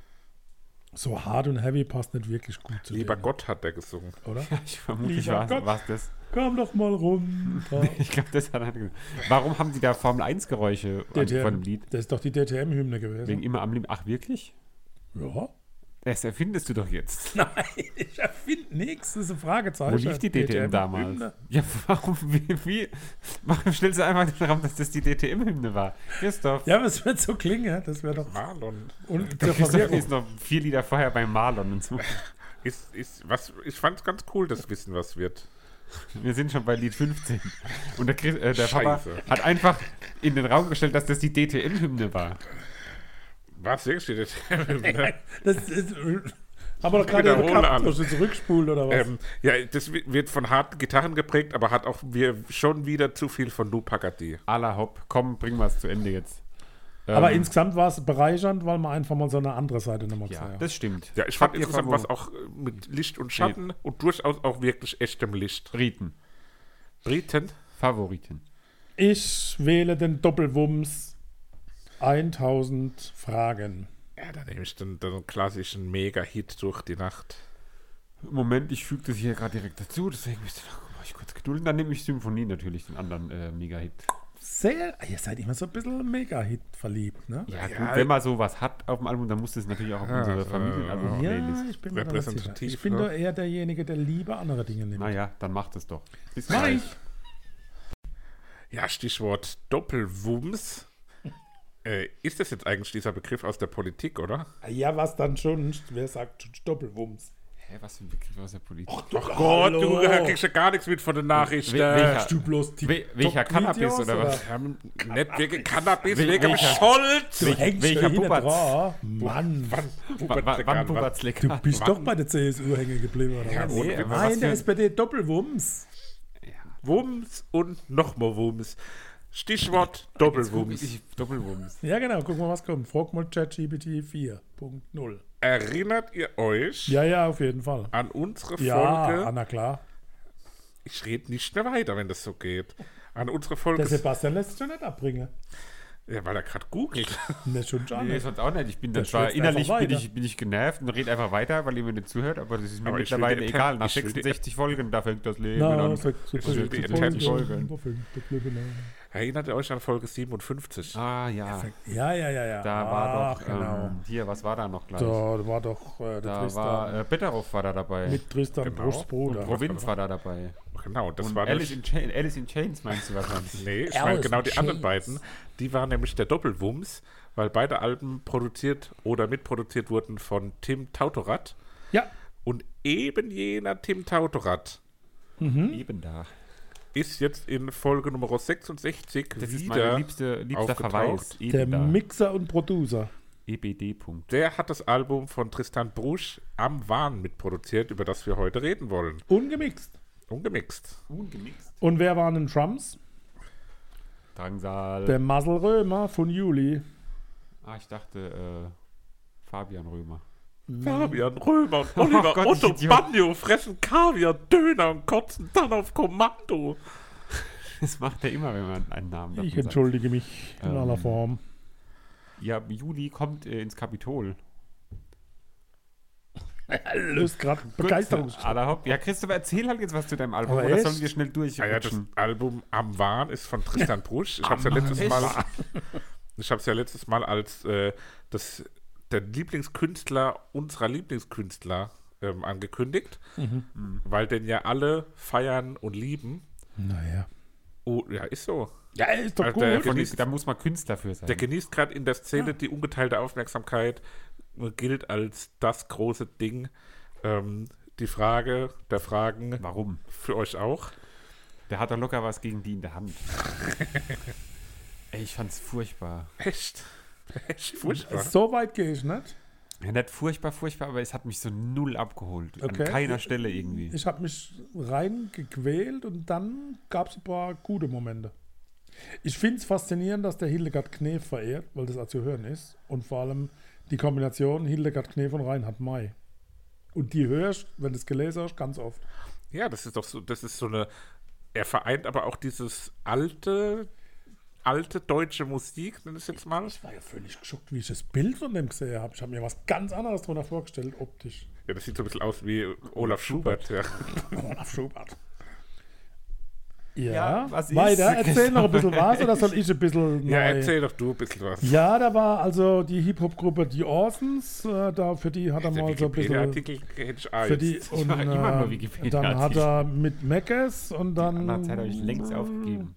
So hart und heavy passt nicht wirklich gut zu
Lieber
denen,
Gott hat der gesungen.
oder?
Ich vermute, ich
Lieber
war
Gott.
war's das. <laughs>
Komm doch mal runter.
Ich glaube, das hat er gesagt. Warum haben die da Formel 1-Geräusche an- von dem
DTM.
Lied?
Das ist doch die DTM-Hymne
Wegen
gewesen.
immer am Leben. Ach, wirklich?
Ja.
Das erfindest du doch jetzt.
Nein, ich erfinde nichts. Das ist ein Fragezeichen.
Wo lief die DTM damals?
Hymne.
Ja, warum, wie, wie, warum stellst du einfach in den Raum, dass das die DTM-Hymne war? Christoph,
Ja, aber es wird so klingen. Das wäre doch.
Marlon.
Und zur
Christoph
Verwirrung.
ist noch vier Lieder vorher bei Marlon und so.
Ist, ist, was, ich fand's ganz cool, das Wissen, was wird.
Wir sind schon bei Lied 15. Und der, Chris, äh, der Papa
Scheiße.
hat einfach in den Raum gestellt, dass das die DTM-Hymne war.
Was wirklich? <laughs> ne?
Das ist, haben wir doch gerade eben
Wiederhole
gehabt,
an.
dass du zurückspulen oder was?
ähm, ja, das wi- wird von harten Gitarren geprägt, aber hat auch wir schon wieder zu viel von Lou Pagadi.
Alla hopp, komm, bringen wir es zu Ende jetzt. Ähm,
Aber insgesamt war es bereichernd, weil man einfach mal so eine andere Seite nochmal
ja,
gesehen hat.
das stimmt.
Ja, ich
Habt
fand
ihr
insgesamt
Favo-
was auch äh, mit Licht und Schatten und durchaus auch wirklich echtem Licht.
Briten.
Briten?
Favoriten.
Ich wähle den Doppelwumms 1000 Fragen.
Ja, dann nehme ich den, den klassischen Mega-Hit durch die Nacht.
Moment, ich füge das hier gerade direkt dazu, deswegen müsst ihr noch euch kurz gedulden. Dann nehme ich Symphonie natürlich, den anderen äh, Mega-Hit.
Sehr, ihr seid immer so ein bisschen Mega-Hit verliebt, ne?
Ja,
Ja, gut,
äh,
wenn man sowas hat auf dem Album, dann muss das natürlich
Ah,
auch auf unsere
äh,
Familienalbum-Playlist.
ich bin mir da nicht sicher.
repräsentativ,
Ich bin
ne?
doch eher derjenige, der lieber andere Dinge nimmt.
Naja, dann macht es doch. Bis
Mach
gleich.
ich.
Ja, Stichwort <laughs> Doppelwumms. äh, ist das jetzt eigentlich dieser Begriff aus der Politik, oder?
Ja, was dann schon? Wer sagt schon Doppelwumms?
Hä, was für ein Begriff aus der Politik?
Ach Gott,
hallo.
du kriegst ja gar nichts mit von den Nachrichten.
Wel- welcher-
Du bloß
We-
TikTok-Videos,
welcher Cannabis oder was?
Ähm, Nicht wegen Cannabis,
Wel-
wegen
welcher-
Scholz.
Du hängst
welcher
schon
Hm.
hinten
Pubertz?
dran. Mann,
Wann
Wa- wa- Wann
wann-
Pubert's lecker?
du
<laughs>
bist doch bei der CSU hängen geblieben, oder
Ja,
was?
ohne
nee,
Witz.
aber was
Nein, der
für-
SPD Doppelwumms.
Wumms und nochmal Wumms. Stichwort Doppelwumms.
Ich- Doppelwumms.
Ja, genau, guck mal, was kommt. Frag mal ChatGPT 4.0.
Erinnert ihr euch
Ja, ja, auf jeden Fall.
Ah,
an unsere Folge?
Ja, Anna, klar.
ich rede nicht mehr weiter, wenn das so geht. An unsere
Der
Folge.
Sebastian lässt sich schon nicht abbringen.
Ja, weil er gerade <laughs> googelt.
Ne, schon
Nee,
schade.
sonst auch nicht. Ich bin dann
Der
zwar
schwätzt
innerlich
einfach
bin
weiter.
ich, bin ich genervt und rede einfach weiter, weil ihr mir nicht zuhört, aber das ist mir
Aber ich will die
mittlerweile
Atten-
egal. Nach
ich will die-
66 Folgen, da fängt das Leben
Na,
an.
sag- sag-
will die
sag-
Attention. Erinnert ihr euch an Folge 57?
Ah ja,
Ja, ja, ja, ja.
da war
Ach,
doch,
genau.
ähm, hier, was war da noch gleich?
Da war doch äh, der
Da
Tristan
war, äh, Betteroff war da dabei.
mit Tristan
Genau.
Brusts
und
Bruder.
Provinz war da dabei.
Genau, das
und
war
Alice,
nämlich,
in Chain, Alice in Chains meinst du wahrscheinlich.
Nee, ich
Alice
meine genau
in
die anderen
Chains.
beiden. Die waren nämlich der Doppelwumms, weil beide Alben produziert oder mitproduziert wurden von Tim Tautorat.
Ja,
Und eben jener Tim Tautorat
Eben da.
ist jetzt in Folge Nummer 66
Das ist
wieder.
mein liebster, liebster
aufgetaucht.
Verweis. Eben
der
da.
Mixer und Producer.
EBD. Punkt.
der hat das Album von Tristan Brusch am Wahn mitproduziert, über das wir heute reden wollen.
Ungemixt.
Ungemixt.
Ungemixt.
Und wer waren denn Trumps?
Drangsal.
Der Marcel Römer von Juli.
Ah, ich dachte, äh, Fabian Römer. <laughs>
Fabian, Römer und Oliver,
Mhm. Oh Gott, ich
Otto,
Idiot.
Bagno fressen Kaviar, Döner und kotzen dann auf Kommando.
Das macht er immer, wenn man einen Namen davon
Ich
sagt.
entschuldige mich in
Ähm.
aller Form.
Ja, Juli kommt äh, ins Kapitol.
alles gerade Begeisterung.
Allerhaupt. Ja, Christopher, erzähl halt jetzt was zu deinem Album.
Aber
Oder
echt?
sollen wir schnell
Ah ja, das
durchrutschen?
Album Am Wahn ist von Tristan Brusch. Ich habe es ja letztes
Echt?
Mal. <laughs> Ich habe es ja letztes Mal als äh, das, der Lieblingskünstler unserer Lieblingskünstler ähm, angekündigt, Mhm. weil den ja alle feiern und lieben.
Naja.
Oh, ja, ist so.
Ja, ist doch
Also
gut.
der-
Von
genießt-
dem- da muss man Künstler für sein.
Der genießt gerade in der Szene die ungeteilte Aufmerksamkeit, äh, gilt als das große Ding. Ähm, die Frage der Fragen
Warum?
für euch auch.
Der hat doch locker was gegen die in der Hand. <laughs> Ey, ich fand's furchtbar.
Echt? <laughs> Echt furchtbar.
so weit gehe ich nicht.
Ja, nicht furchtbar, furchtbar, aber es hat mich so null abgeholt.
Okay.
An keiner Stelle irgendwie.
Ich habe mich reingequält und dann gab es ein paar gute Momente. Ich finde es faszinierend, dass der Hildegard Knef verehrt, weil das auch zu hören ist. Und vor allem die Kombination Hildegard Knef und Reinhard May. Und die hörst, wenn du es gelesen hast, ganz oft.
Ja, das ist doch so, das ist so eine. Er vereint aber auch dieses alte, alte deutsche Musik, nenn es jetzt mal.
Ich war ja völlig geschockt, wie ich das Bild von dem gesehen habe. Ich habe mir was ganz anderes drunter vorgestellt, optisch.
Ja, das sieht so ein bisschen aus wie Olaf Schubert. Ja.
Olaf Schubert.
Ja,
Ja,
was ist?
weiter. Erzähl noch ein bisschen was oder
<laughs>
soll ich ein bisschen.
ja,
neu-
erzähl doch du ein bisschen was.
Ja, da war also die Hip-Hop-Gruppe Die Orsons, äh, da, für die hat er
Der
mal so ein bisschen.
Wikipedia-Artikel hätte ich auch
Für die,
jetzt.
und,
mache immer nur
äh,
Wikipedia-Artikel.
dann hat er mit Meckes und dann.
Nach Zeit habe ich längst aufgegeben.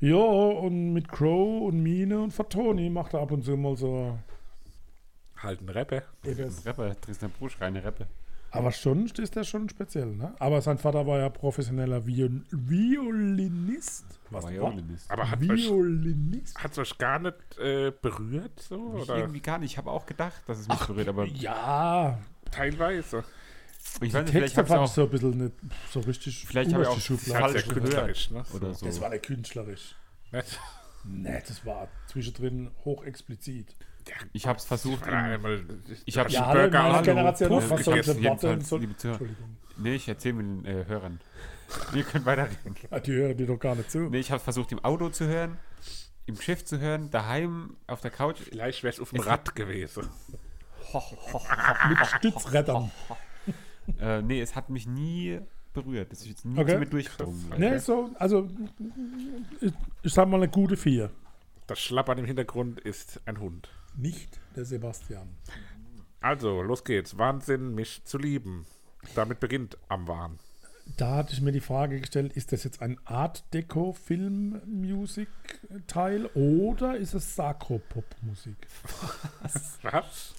Ja, und mit Crow und Mine und Fatoni macht er ab und zu mal so.
Halt ein Rapper.
Ebers.
Rapper, Tristan Brusch, reine Rappe.
Aber schon ist der schon speziell, ne? Aber sein Vater war ja professioneller Viol Violinist. Was?
Violinist.
Aber hat euch,
Violinist?
hat's euch gar nicht äh, berührt, so? Oder
Irgendwie gar nicht. Ich habe auch gedacht, dass es mich berührt, aber ich
Ja,
teilweise.
weiß nicht, vielleicht
Texte
habe ich
fand ich
auch
so ein bisschen nicht so richtig.
Vielleicht habe ich auch
unterste
Das ist
Schublade.
halt sehr
Falsch gehört.
künstlerisch, ne?
oder so.
Das war der künstlerisch.
Nicht?
Nee, das war zwischendrin hochexplizit.
Ich habe es versucht.
Oder
In,
einmal-
ich habe
Ja,
ja,
alle Burger
meiner
Alu,
Generation
Puff
was sollte
gegessen,
warten?
jedenfalls,
Soll,
liebe Zuhörer.
Entschuldigung.
Nee, ich erzähle mit den äh, Hörern. <laughs> Wir können weiterreden.
Ah, Die hören dir doch gar nicht zu.
Nee, ich habe versucht, im Auto zu hören, im Geschäft zu hören, daheim, auf der Couch.
Vielleicht wäre es auf dem Rad gewesen.
Mit Stützrettern.
Äh, nee, es hat mich nie berührt. Das ist jetzt nie
Okay.
damit durchdrungen.
Nee, so, also ich, ich sag mal eine gute vier.
Das Schlappern im Hintergrund ist ein Hund.
Nicht der Sebastian.
Also, los geht's. Wahnsinn, mich zu lieben. Damit beginnt am Wahn.
Da hatte ich mir die Frage gestellt, ist das jetzt ein Art Deco Film Music Teil oder ist es Sakropop Musik?
Was?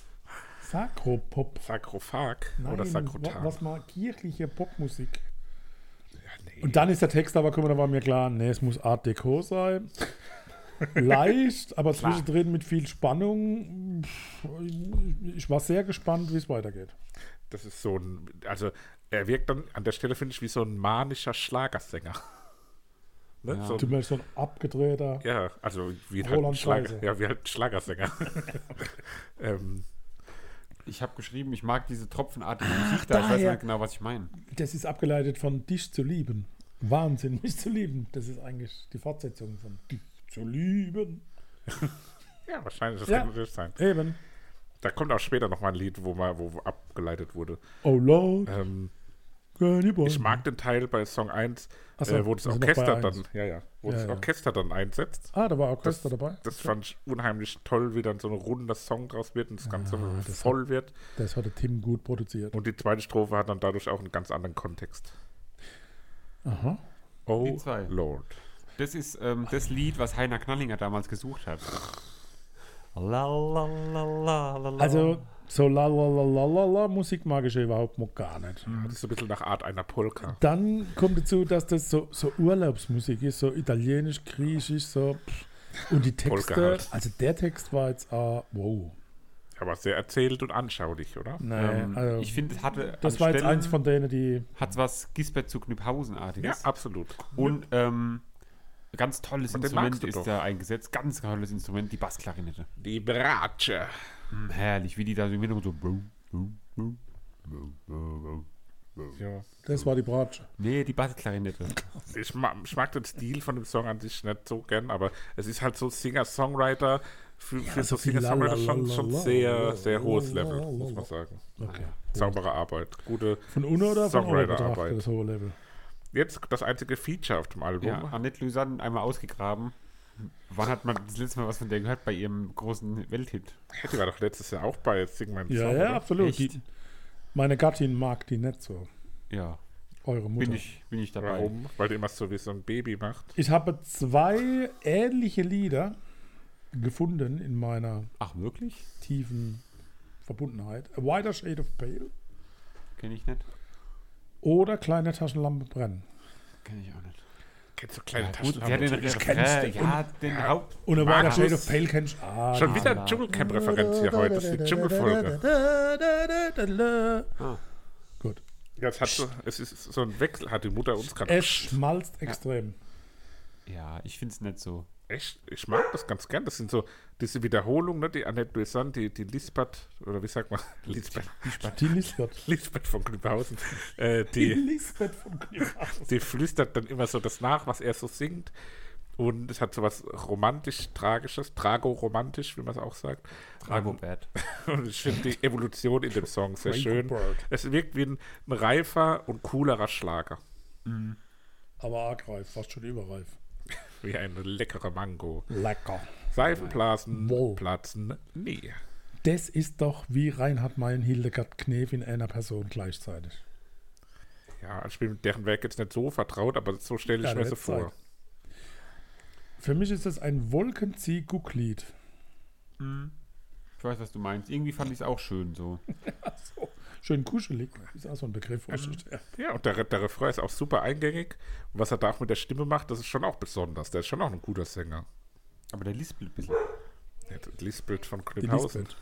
Sakropop.
Sakrophag oder
wa-
Sakrotan?
was mal kirchliche Popmusik.
Ja, nee.
Und dann ist der Text aber, guck mal, da war mir klar, nee, es muss Art
<laughs>
Deco sein. Leicht, aber zwischendrin mit viel Spannung. Pff, Ich war sehr gespannt, wie es weitergeht.
Das ist so ein. Also, er wirkt dann an der Stelle, finde ich, wie so ein manischer Schlagersänger. <laughs> Ne?
Ja.
So
Du
ein,
bist so ein abgedrehter.
ja, also wie halt, ein
Roland
Schlager,
Kaiser.
ja, wie halt ein Schlagersänger. <laughs> ähm,
Ich habe geschrieben, ich mag diese tropfenartige Musik da. Ich weiß
Ah, daher.
nicht genau, was ich meine.
Das ist abgeleitet von dich zu lieben. Wahnsinn, mich zu lieben. Das ist eigentlich die Fortsetzung von dich zu lieben.
ja, wahrscheinlich, das
Ja.
kann natürlich sein.
Eben.
Da kommt auch später nochmal ein Lied, wo, mal, wo abgeleitet wurde.
Oh Lord,
Ähm,
can you boy.
Ich mag den Teil bei Song 1,
Ach so,
äh, wo das
wir sind noch bei
Orchester
1.
dann, ja, ja, wo
Ja,
das
ja.
Orchester dann einsetzt.
Ah, da war Orchester dabei.
Das fand ich unheimlich toll, wie dann so ein runder Song draus wird und das Ganze
Ah, das
voll wird.
Das hat der Tim gut produziert.
Und die zweite Strophe hat dann dadurch auch einen ganz anderen Kontext.
Aha.
Oh
zwei.
Lord.
Das ist ähm, das Lied, was Heiner Knallinger damals gesucht hat. La, la, la, la, la, la.
Also, so la la la la la la Musik mag ich ja überhaupt noch gar nicht.
Das ist so ein bisschen nach Art einer Polka.
Dann kommt dazu, dass das so, so Urlaubsmusik ist, so italienisch, griechisch, so. pff. Und die
Polka
Texte,
halt.
also der Text war jetzt, ah, wow.
Aber sehr erzählt und anschaulich, oder?
Nee,
ähm,
also,
ich finde, es hatte
das
an
war jetzt
Stellen-
eins von denen, die.
hat was Gisbert zu
Ja,
Knüpphausen-artiges.
absolut.
Und ähm, ganz tolles
Und den magst
Instrument
du
ist
doch.
da eingesetzt. Ganz tolles Instrument, die Bassklarinette.
Die Bratsche.
Hm, herrlich, wie die da so im Hintergrund so.
Ja.
Das war die Bratsche.
Nee, die Bassklarinette.
Ich, ma ich mag den Stil von dem Song an sich nicht so gern, aber es ist halt so Singer-Songwriter, für, für so
so viel
Singer-Songwriter schon, schon
lalalala,
sehr, sehr hohes
lalalala.
Level, muss man sagen.
Okay.
Saubere Arbeit, gute
Von UNO oder von eurer betrachtet,
Songwriter-Arbeit.
das hohe Level?
Jetzt das einzige Feature auf dem Album.
Ja, Annette Lysanne einmal ausgegraben. Wann hat man das letzte Mal was von der gehört bei ihrem großen Welthit?
Ja, Die war doch letztes Jahr auch bei Sing meinen
Ja,
Song.
ja,
oder?
absolut.
Echt?
Die, meine Gattin mag die nicht so.
Ja,
Eure Mutter.
bin ich, bin ich dabei.
Warum? Weil die immer so wie so ein Baby macht.
Ich habe zwei ähnliche Lieder gefunden in meiner
Ach, wirklich?
tiefen Verbundenheit. A Wider Shade of Pale
Kenne ich nicht.
oder Kleine Taschenlampe brennen.
Kenne ich auch nicht.
Kennst du kleine
Gut, sie hat den
Taschenlampe?
Refrain, ja, den Haupt.
Und A Wider
Markus.
Shade of Pale kennst du ah,
Schon
die-
wieder Dschungelcamp-Referenz hier heute. Das ist die Dschungelfolge.
Gut.
Ja, es, hat so, es ist so ein Wechsel, hat die Mutter uns gerade.
Es schmalzt extrem.
Ja, ich finde es nicht so.
Echt? Ich mag das ganz gern. Das sind so diese Wiederholungen, ne? die Annette Louisanne, die, die Lisbeth, oder wie sagt man? Lisbeth,
Die Lisbeth.
Lisbeth von Glübhausen. Äh,
<laughs>
die,
Lisbeth von Knirps.
die flüstert dann immer so das nach, was er so singt. Und es hat so was romantisch-tragisches, trago-romantisch, wie man es auch sagt. Ähm,
Dragobert.
<laughs> Und ich finde die Evolution in dem Song sehr schön.
Dragobert.
Es wirkt wie ein, ein reifer und coolerer Schlager.
Aber arg reif, fast schon überreif.
Wie eine leckere Mango.
Lecker.
Seifenblasen
Wow.
platzen nie.
Das ist doch wie Reinhard May und Hildegard Knef in einer Person gleichzeitig.
Ja, ich bin mit deren Werk jetzt nicht so vertraut, aber so stelle ich
Ja,
mir
der
so
hat
vor.
Zeit. Für mich ist es ein Wolkenzieh-Gucklied.
Ich weiß, was du meinst. Irgendwie fand ich es auch schön so.
So, schön kuschelig. Ist auch so ein Begriff.
Mhm. Ja, und der, der Refrain ist auch super eingängig. Und was er da auch mit der Stimme macht, das ist schon auch besonders. Der ist schon auch ein guter Sänger.
Aber der lispelt ein bisschen.
Ja, das Lisbeth von
Die
Klipphausen.
Lisbeth.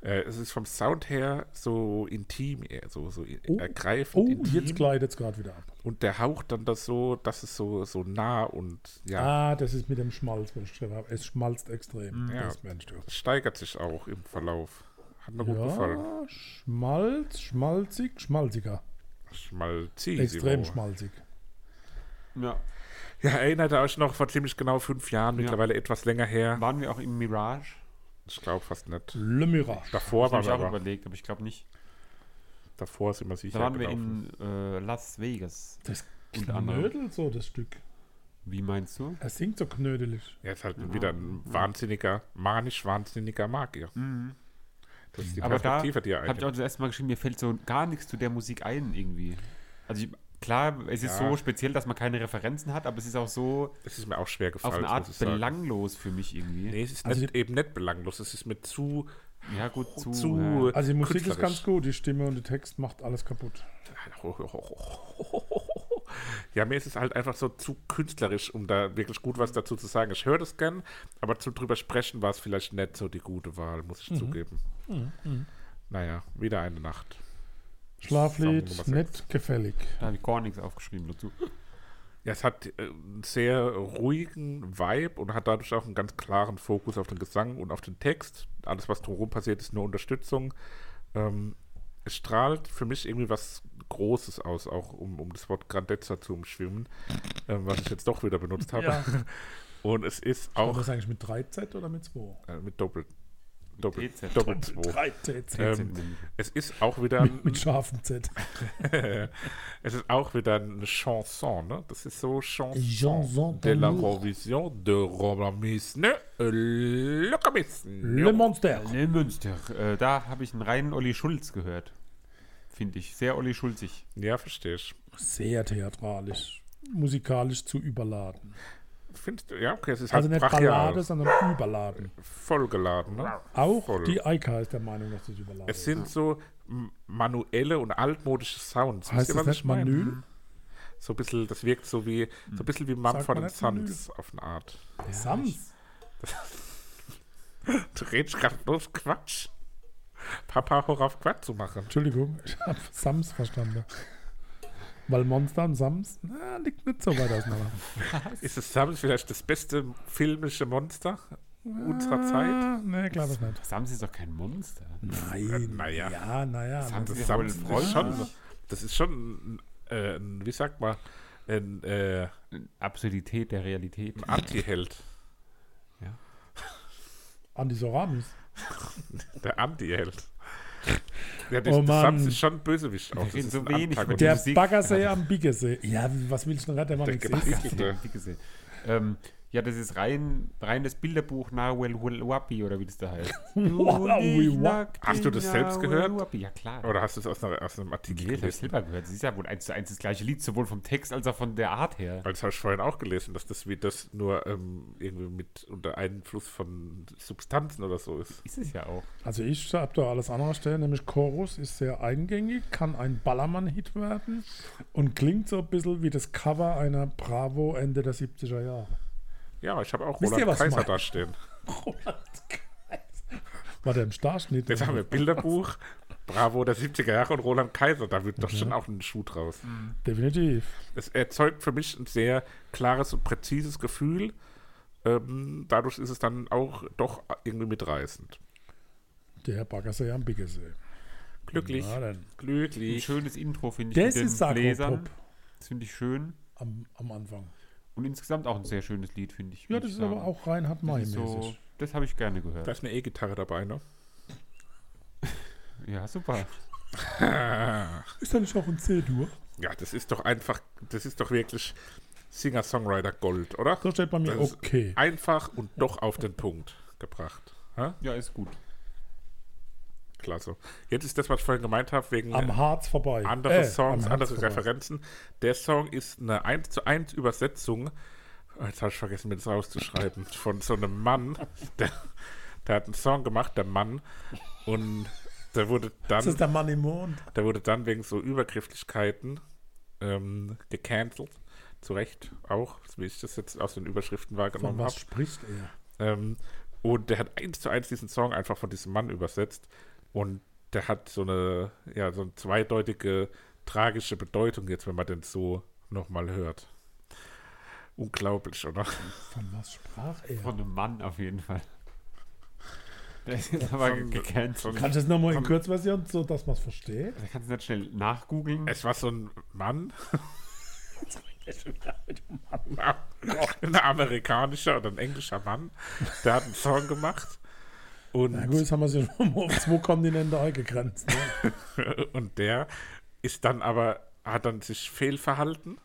Äh, es ist vom Sound her so intim, eher, so, so
Oh.
ergreifend.
Oh,
intim.
jetzt gleitet es gerade wieder ab.
Und der haucht dann das so, das ist so, so nah und ja, Mhm.
Ah, das ist mit dem Schmalz, was ich geschrieben habe. Es schmalzt extrem.
Ja.
Das meinst du.
das steigert sich auch im Verlauf. Hat mir gut gefallen.
Ja, Schmalz, schmalzig, schmalziger.
Schmalzig.
Extrem schmalzig.
Ja.
Ja, erinnert ihr euch noch vor ziemlich genau fünf Jahren, mittlerweile etwas länger her.
Waren wir auch im Mirage?
Ich glaube fast nicht.
Le Mirage.
Davor
Hab
waren
ich
wir
auch
aber.
überlegt, aber ich glaube nicht.
Davor ist immer sicher.
Da waren wir
gelaufen.
in äh, Las Vegas.
Das
Und andere.
knödelt so, das Stück.
Wie meinst du?
Er singt so knödelig.
Ja, ist halt wieder ein wahnsinniger, manisch-wahnsinniger Magier.
Mhm.
Das ist die
Aber da
Perspektive, die er
habe ich auch
einnimmt.
das erste Mal geschrieben, mir fällt so gar nichts zu der Musik ein irgendwie. Also ich, klar, es ist
Ja.
so speziell, dass man keine Referenzen hat, aber es ist auch so
Es ist mir auch schwer
auf
gefallen.
eine
muss
Art
ich sagen.
belanglos für mich irgendwie.
Nee, es ist
Also
nicht, eben nicht belanglos. Es ist mir zu. <laughs>
Ja gut, zu.
zu
ja.
Also die Musik ist
künstlerisch.
ganz gut, die Stimme und der Text macht alles kaputt.
Ja, mir ist es halt einfach so zu künstlerisch, um da wirklich gut was dazu zu sagen. Ich höre das gern, aber zu drüber sprechen war es vielleicht nicht so die gute Wahl, muss ich zugeben. Naja, wieder eine Nacht.
Schlaflied,
Song Nummer sechs.
nett, gefällig.
Da habe ich gar nichts aufgeschrieben dazu.
Ja, es hat äh, einen sehr ruhigen Vibe und hat dadurch auch einen ganz klaren Fokus auf den Gesang und auf den Text. Alles, was drumherum passiert, ist nur Unterstützung. Ähm, es strahlt für mich irgendwie was Großes aus, auch um, um das Wort Grandezza zu umschwimmen, ähm, was ich jetzt doch wieder benutzt habe.
Ja.
<laughs> Und es ist
War
auch
das eigentlich mit 3Z oder mit 2?
äh, mit Doppel, Doppel,
TZ.
Doppel 2.
3Z.
Ähm, es ist auch wieder ein,
mit scharfem Z.
es ist auch wieder eine Chanson, ne? Das ist so Chanson.
Chanson
de la
d'amour.
Provision de Romamis, ne? Äh, Lokamis.
Le Monster.
Nee, Münster. Äh, da habe ich einen reinen Olli Schulz gehört. Finde ich. Sehr Olli Schulzig.
Ja, verstehe ich.
Sehr theatralisch. Musikalisch zu überladen.
Findest du, ja, okay, es ist
Also
halt
nicht
brachial
Ballade, sondern überladen.
vollgeladen, ne?
Auch
Voll.
die Eika ist der Meinung, dass das überladen
Es
ist.
sind so m- manuelle und altmodische Sounds. Wisst
Heißt
ihr,
das
was ich
nicht
meine?
Manül?
So ein bisschen, das wirkt so wie, so ein bisschen wie Mumford
man
and
nicht Manül?
Sons auf eine Art.
Sams.
Du redest gerade bloß Quatsch. Papa, hör auf Quatsch zu machen.
Entschuldigung, <laughs> ich habe Sams verstanden. Weil Monster und Sams, na, liegt nicht so weit auseinander.
Ist es Sams vielleicht das beste filmische Monster? unserer Zeit?
Nee, glaube ich nicht.
Samson ist doch kein Monster.
Nein.
naja.
Ja, naja.
Samson
Das
ist
ist,
wohl ein
ist
Freund.
schon, das ist schon, äh, ein- wie sagt man, ein äh,
Absurdität
<laughs>
der Realität.
Anti-Held.
Antisoramus.
Der Anti-Held. Ja, das,
Oh
das
Mann.
Sams ist schon Bösewicht. Auch.
Wir
Das
reden
ist
so
ein
wenig über
Antagonist.
Der
Musik-
Baggersee am Biggersee. Ja, was willst du denn gerade? Der macht
Der
nichts.
Gebagger-
Eklig.
Ja.
Dicke See. Ähm, ja, das ist rein, rein das Bilderbuch Nawel Wapi oder wie das da
<laughs>
heißt.
Wallawi Wa-
Hast du das selbst gehört?
Ja, klar.
Oder hast du es aus, einer, aus einem Artikel
Nee, das habe ich
gelesen?
selber gehört. Das ist ja wohl eins zu eins das gleiche Lied, sowohl vom Text als auch von der Art her.
Weil das habe ich vorhin auch gelesen, dass das wie das nur ähm, irgendwie mit unter Einfluss von Substanzen oder so ist.
Ist es ja auch.
Also ich habe da alles andere stellen, nämlich Chorus ist sehr eingängig, kann ein Ballermann-Hit werden und klingt so ein bisschen wie das Cover einer Bravo Ende der 70er Jahre. <laughs>
Ja, ich habe auch
Wisst
Roland
ihr, was
Kaiser
mein-
da stehen.
War der im Starschnitt?
Jetzt haben wir Bilderbuch, Bravo der 70er Jahre und Roland Kaiser. Da wird
Mhm.
doch schon auch ein Schuh draus.
Definitiv.
Es erzeugt für mich ein sehr klares und präzises Gefühl. Ähm, dadurch ist es dann auch doch irgendwie mitreißend.
Der Baggersee am Biggesee.
Glücklich.
Na dann.
Ein
Glücklich.
schönes Intro, finde ich.
Das
mit den
ist Sagopop
Bläsern. Das finde ich schön.
am, am Anfang.
Und insgesamt auch ein sehr schönes Lied, finde ich.
Ja,
muss
das
ich
ist aber
sagen.
auch Reinhard May
Das ist
mäßig.
so, Das habe ich gerne gehört.
Da ist eine E-Gitarre dabei, ne?
ja, super.
Ist da nicht auch ein C-Dur?
Ja, das ist doch einfach, das ist doch wirklich Singer-Songwriter Gold, oder?
So steht bei mir
Das ist-
okay.
Einfach und doch auf den Punkt gebracht. Hä?
Ja, ist gut.
Klasse. Jetzt ist das, was ich vorhin gemeint habe, wegen
Am Harz vorbei.
andere
Äh,
Songs,
am Harz
andere
vorbei.
Referenzen. Der Song ist eine 1 zu 1 Übersetzung. Oh, Jetzt habe ich vergessen, mir das rauszuschreiben. Von so einem Mann, <laughs> der, der hat einen Song gemacht, der Mann. Und der wurde dann,
Das ist der Mann im Mond.
der wurde dann wegen so Übergrifflichkeiten ähm, gecancelt. Zu Recht auch, wie ich das jetzt aus den Überschriften
Von
wahrgenommen
was
habe.
spricht er?
Ähm, und der hat eins zu eins diesen Song einfach von diesem Mann übersetzt. Und der hat so eine, ja, so eine zweideutige, tragische Bedeutung jetzt, wenn man den so nochmal hört. Unglaublich, oder?
Von was sprach er?
Von einem Mann auf jeden Fall. Der ist jetzt aber
Von-
gecancelt.
Kannst du das nochmal in Kurzversion, so dass man es versteht?
Da kannst du nicht schnell nachgoogeln.
Es war so ein
<laughs>
Mann. ein amerikanischer oder ein englischer Mann, der hat einen Song gemacht.
Na
Und
gut, jetzt haben wir es ja nochmal auf zwei Kontinente eingegrenzt. Ne?
Und der ist dann aber, hat dann sich fehlverhalten.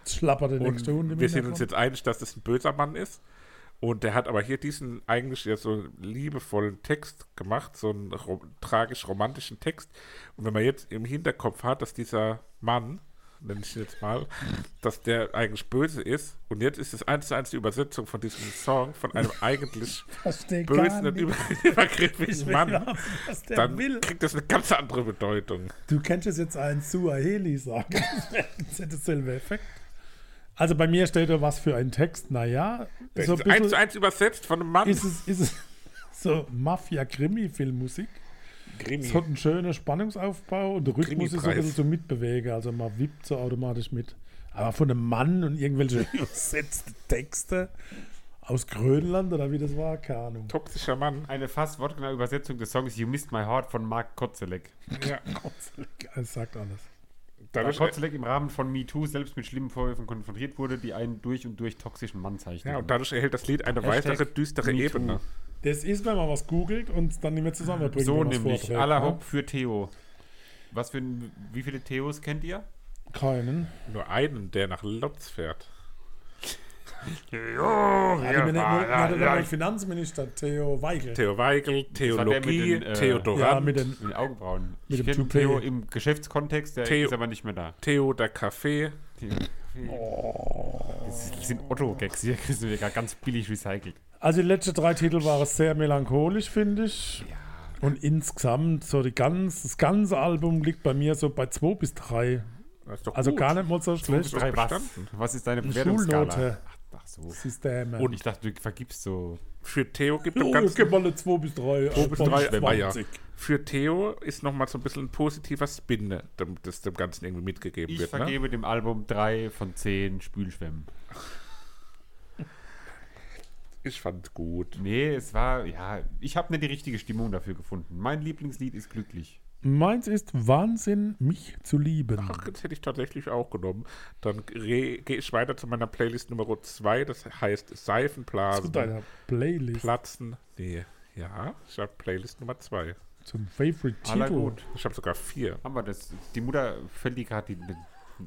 Jetzt schlappert der
Und
nächste Hund im
wir sind uns
Hintergrund.
jetzt einig, dass das ein böser Mann ist. Und der hat aber hier diesen eigentlich ja so liebevollen Text gemacht, so einen ro tragisch-romantischen Text. Und wenn man jetzt im Hinterkopf hat, dass dieser Mann, nenne ich ihn jetzt mal, dass der eigentlich böse ist. Und jetzt ist es eins zu eins die Übersetzung von diesem Song von
<laughs>
einem eigentlich
Verstehe
bösen
gar
und über <laughs>
nicht. Ich
übergriffigen
will
Mann.
überhaupt nicht, was der
Dann
will.
kriegt das eine ganz andere Bedeutung.
Du kennst es jetzt einen Suaheli sagen. <laughs> das hätte selber Effekt. Also bei mir steht da was für ein Text. Naja,
Das
so ein
ist eins zu
bisschen
eins übersetzt von einem Mann.
ist es, ist es <laughs> so Mafia-Krimi-Filmmusik. Es hat einen schönen Spannungsaufbau und der Rhythmus ist so ein
Krimi-Preis.
bisschen zum Mitbewegen. Also man wippt so automatisch mit. Aber von einem Mann und irgendwelche übersetzten Texte aus Grönland oder wie das war, keine Ahnung.
Toxischer Mann.
Eine fast wortgenaue Übersetzung des Songs You Missed My Heart von Mark Kotzelek.
Ja.
Es sagt alles.
Mark
Dadurch,
Kotzelek im Rahmen von Me Too selbst mit schlimmen Vorwürfen konfrontiert wurde, die einen durch und durch toxischen Mann zeichnen.
ja,
Genau.
und dadurch erhält das Lied eine
Hashtag
weitere, düstere
Me Too.
Ebene.
Das ist, wenn man was googelt und dann nicht mehr zusammenbringt.
so
wenn man's
nämlich.
vorträgt,
Aller
ne?
Hopp für Theo. Was für ein, wie viele Theos kennt ihr?
Keinen.
Nur einen, der nach Lotz
<laughs>
färt.
Hatte mir nicht, hatte ja, den Finanzminister Theo Weigel.
Theo Weigel,
war der mit
Theologie,
den, äh,
Theodorant,
ja, mit den
Mit den Augenbrauen.
Mit
ich
dem
kenn
Toupet.
Theo im Geschäftskontext, der
Theo.
ist aber nicht mehr da.
Theo der Kaffee.
Theo.
Oh.
Das sind Otto-Gags hier, das sind wir gar ganz billig recycelt.
Also die letzten drei Titel waren sehr melancholisch, finde ich. Und insgesamt, so die ganz, das ganze Album liegt bei mir so bei 2 bis 3.
Das ist doch
Also
gut.
gar nicht mal so
bis
schlecht.
Drei was?
bestanden.
Was ist deine Bewertungsskala?
Schulnote.
Ach, ach so.
Das ist der Hammer.
Und
Ich dachte, du vergibst so.
Für Theo gibt
oh,
es ganz
ganz gib mal eine 2 bis äh, 3. 2
bis drei Eier. Für Theo ist nochmal so ein bisschen ein positiver Spin, ne, dem, das dem Ganzen irgendwie mitgegeben
Ich
wird. Ne?
vergebe dem Album drei von zehn Spülschwämmen.
Ich fand's gut.
Nee, es war, ja, ich habe nicht die richtige Stimmung dafür gefunden. Mein Lieblingslied ist glücklich.
Meins ist Wahnsinn, mich zu lieben.
Ach, das hätte ich tatsächlich auch genommen. Dann re- gehe ich weiter zu meiner Playlist Nummer 2, das heißt
zu
Seifenblasen.
deiner Playlist,
Platzen. Nee. Ja, ich habe Playlist Nummer 2.
zum Favorite
Aller
Titel.
gut.
Ich habe sogar vier.
Haben wir das? Die Mutter fällt die gerade die- den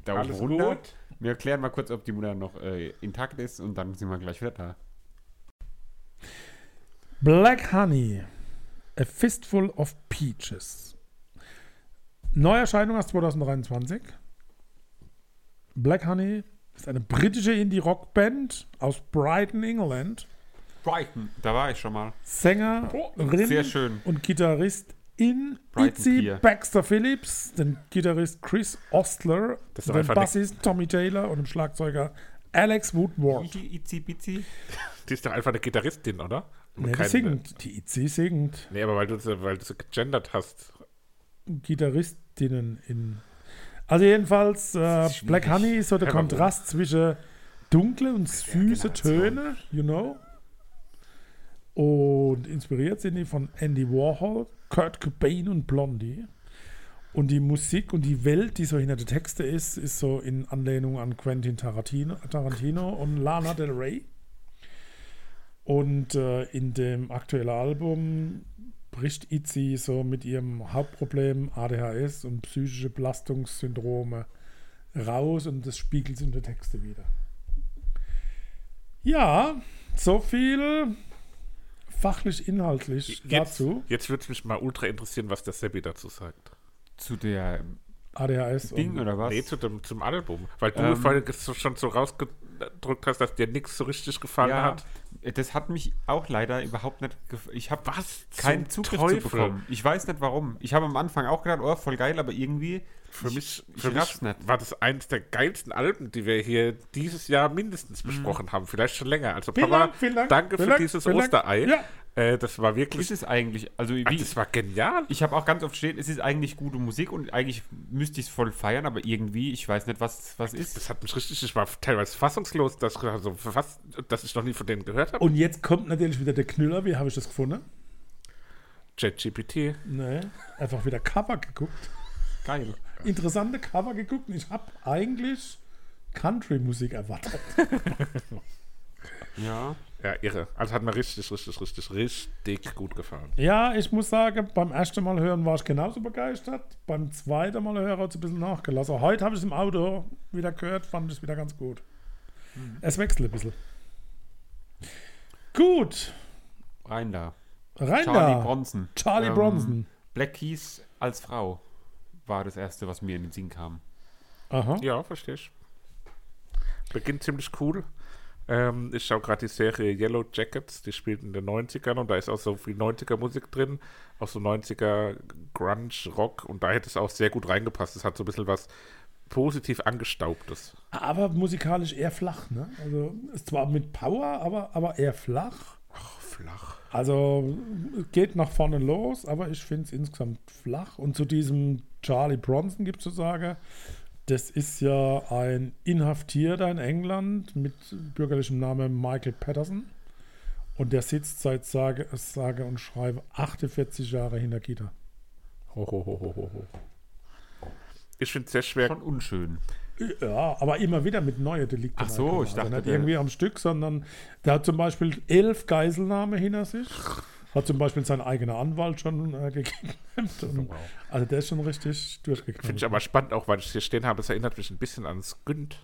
Daumen
Alles
runter.
gut?
Wir erklären mal kurz, ob die Mutter noch äh, intakt ist und dann sind wir gleich wieder da.
Black Honey, A Fistful of Peaches. Neuerscheinung aus 2023. Black Honey ist eine britische Indie-Rock-Band aus brighton England.
Brighton, da war ich schon mal.
Oh,
Sängerin
sehr schön.
und Gitarrist in
Brighton
Itzy
Pier.
Baxter Phillips, den Gitarrist Chris Ostler,
Das ist doch
den
einfach ne-
Bassist Tommy Taylor und dem Schlagzeuger Alex Woodward.
Itzi, itzi, bitzi.
Die ist doch einfach eine Gitarristin, oder? Und
Nee, die
keine-
singt. Die Itzy singt.
Nee, aber weil du sie, weil du sie gegendert hast.
Gitarristinnen in. Also jedenfalls, äh,
ist schwierig.
Black Honey ist so der
Ja, warum?
Kontrast zwischen dunkle und
genau,
süße Töne, you know. Und inspiriert sind die von Andy Warhol, Kurt Cobain und Blondie. Und die Musik und die Welt, die so hinter den Texten ist, ist so in Anlehnung an Quentin Tarantino, Tarantino und Lana Del Rey. Und äh, in dem aktuellen Album bricht Itzy so mit ihrem Hauptproblem ADHS und psychische Belastungssyndrome raus und das spiegelt sich in den Texten wieder. Ja, so viel fachlich-inhaltlich
Jetzt,
dazu.
jetzt würde mich mal ultra interessieren, was der Seppi dazu sagt.
Zu der ähm,
ADHS
Ding oder was?
Nee, zu dem, zum Album. Weil du
Ähm.
vorhin so- schon so rausgedrückt hast, dass dir nichts so richtig gefallen
ja,
hat.
das hat mich auch leider überhaupt nicht. gef- Ich habe
Was?
keinen
zum
Zugriff
Teufel?
zu bekommen. Ich weiß nicht warum. Ich habe am Anfang auch gedacht, oh, voll geil, aber irgendwie.
Für mich,
ich
für mich
raff's nicht.
war das eines der geilsten Alben, die wir hier dieses Jahr mindestens besprochen haben. Vielleicht schon länger. Also,
Mhm. Vielen
Papa,
Dank, vielen Dank,
danke
vielen
für
Dank,
dieses
vielen Dank.
Osterei.
Ja.
Äh, das war wirklich.
Ist es eigentlich? Also, wie,
Ach, das war genial.
Ich habe auch ganz oft stehen, es ist eigentlich gute Musik und eigentlich müsste ich es voll feiern, aber irgendwie, ich weiß nicht, was, was ist.
Das hat mich richtig, ich war teilweise fassungslos, dass, also fast, dass ich noch nie von denen gehört habe.
Und jetzt kommt natürlich wieder der Knüller. Wie habe ich das gefunden?
ChatGPT.
Nee, einfach wieder Cover geguckt.
halt Geil.
Interessante Cover geguckt und ich habe eigentlich Country-Musik erwartet.
Ja.
Ja, irre. Also hat mir richtig, richtig, richtig, richtig gut gefallen.
Ja, ich muss sagen, beim ersten Mal hören war ich genauso begeistert. Beim zweiten Mal hören hat es ein bisschen nachgelassen. Also Heute habe ich es im Auto wieder gehört, fand ich es wieder ganz gut. Es wechselt ein bisschen. Gut,
Rein da.
rein
Charlie
da.
Bronson.
Charlie
Ähm,
Bronson.
Black Keys als Frau war das erste, was mir in den Sinn kam.
Aha.
Ja, verstehe ich. Beginnt ziemlich cool. Ähm, ich schaue gerade die Serie Yellow Jackets, die spielt in den 90ern und da ist auch so viel 90er Musik drin, auch so 90er Grunge, Rock und da hätte es auch sehr gut reingepasst. Es hat so ein bisschen was positiv angestaubtes.
Aber musikalisch eher flach, ne? Also ist zwar mit Power, aber, aber eher flach.
Ach, flach.
Also geht nach vorne los, aber ich finde es insgesamt flach. Und zu diesem Charlie Bronson gibt es zu sagen, das ist ja ein Inhaftierter in England mit bürgerlichem Namen Michael Patterson. Und der sitzt seit sage, sage und schreibe 48 Jahre hinter Gitter.
Ich finde es sehr schwer.
Schon unschön.
Ja, aber immer wieder mit neuen Delikten.
Ach so,
reinkommen. Also
ich dachte,
nicht
der-
irgendwie am Stück, sondern der hat zum Beispiel elf Geiselnahme hinter sich. Hat zum Beispiel sein eigener Anwalt schon äh, <laughs> gekidnappt. Und, Also der ist schon richtig
Finde ich
durchgeknallt.
aber spannend auch, weil ich hier stehen habe. Es erinnert mich ein bisschen an Skynd.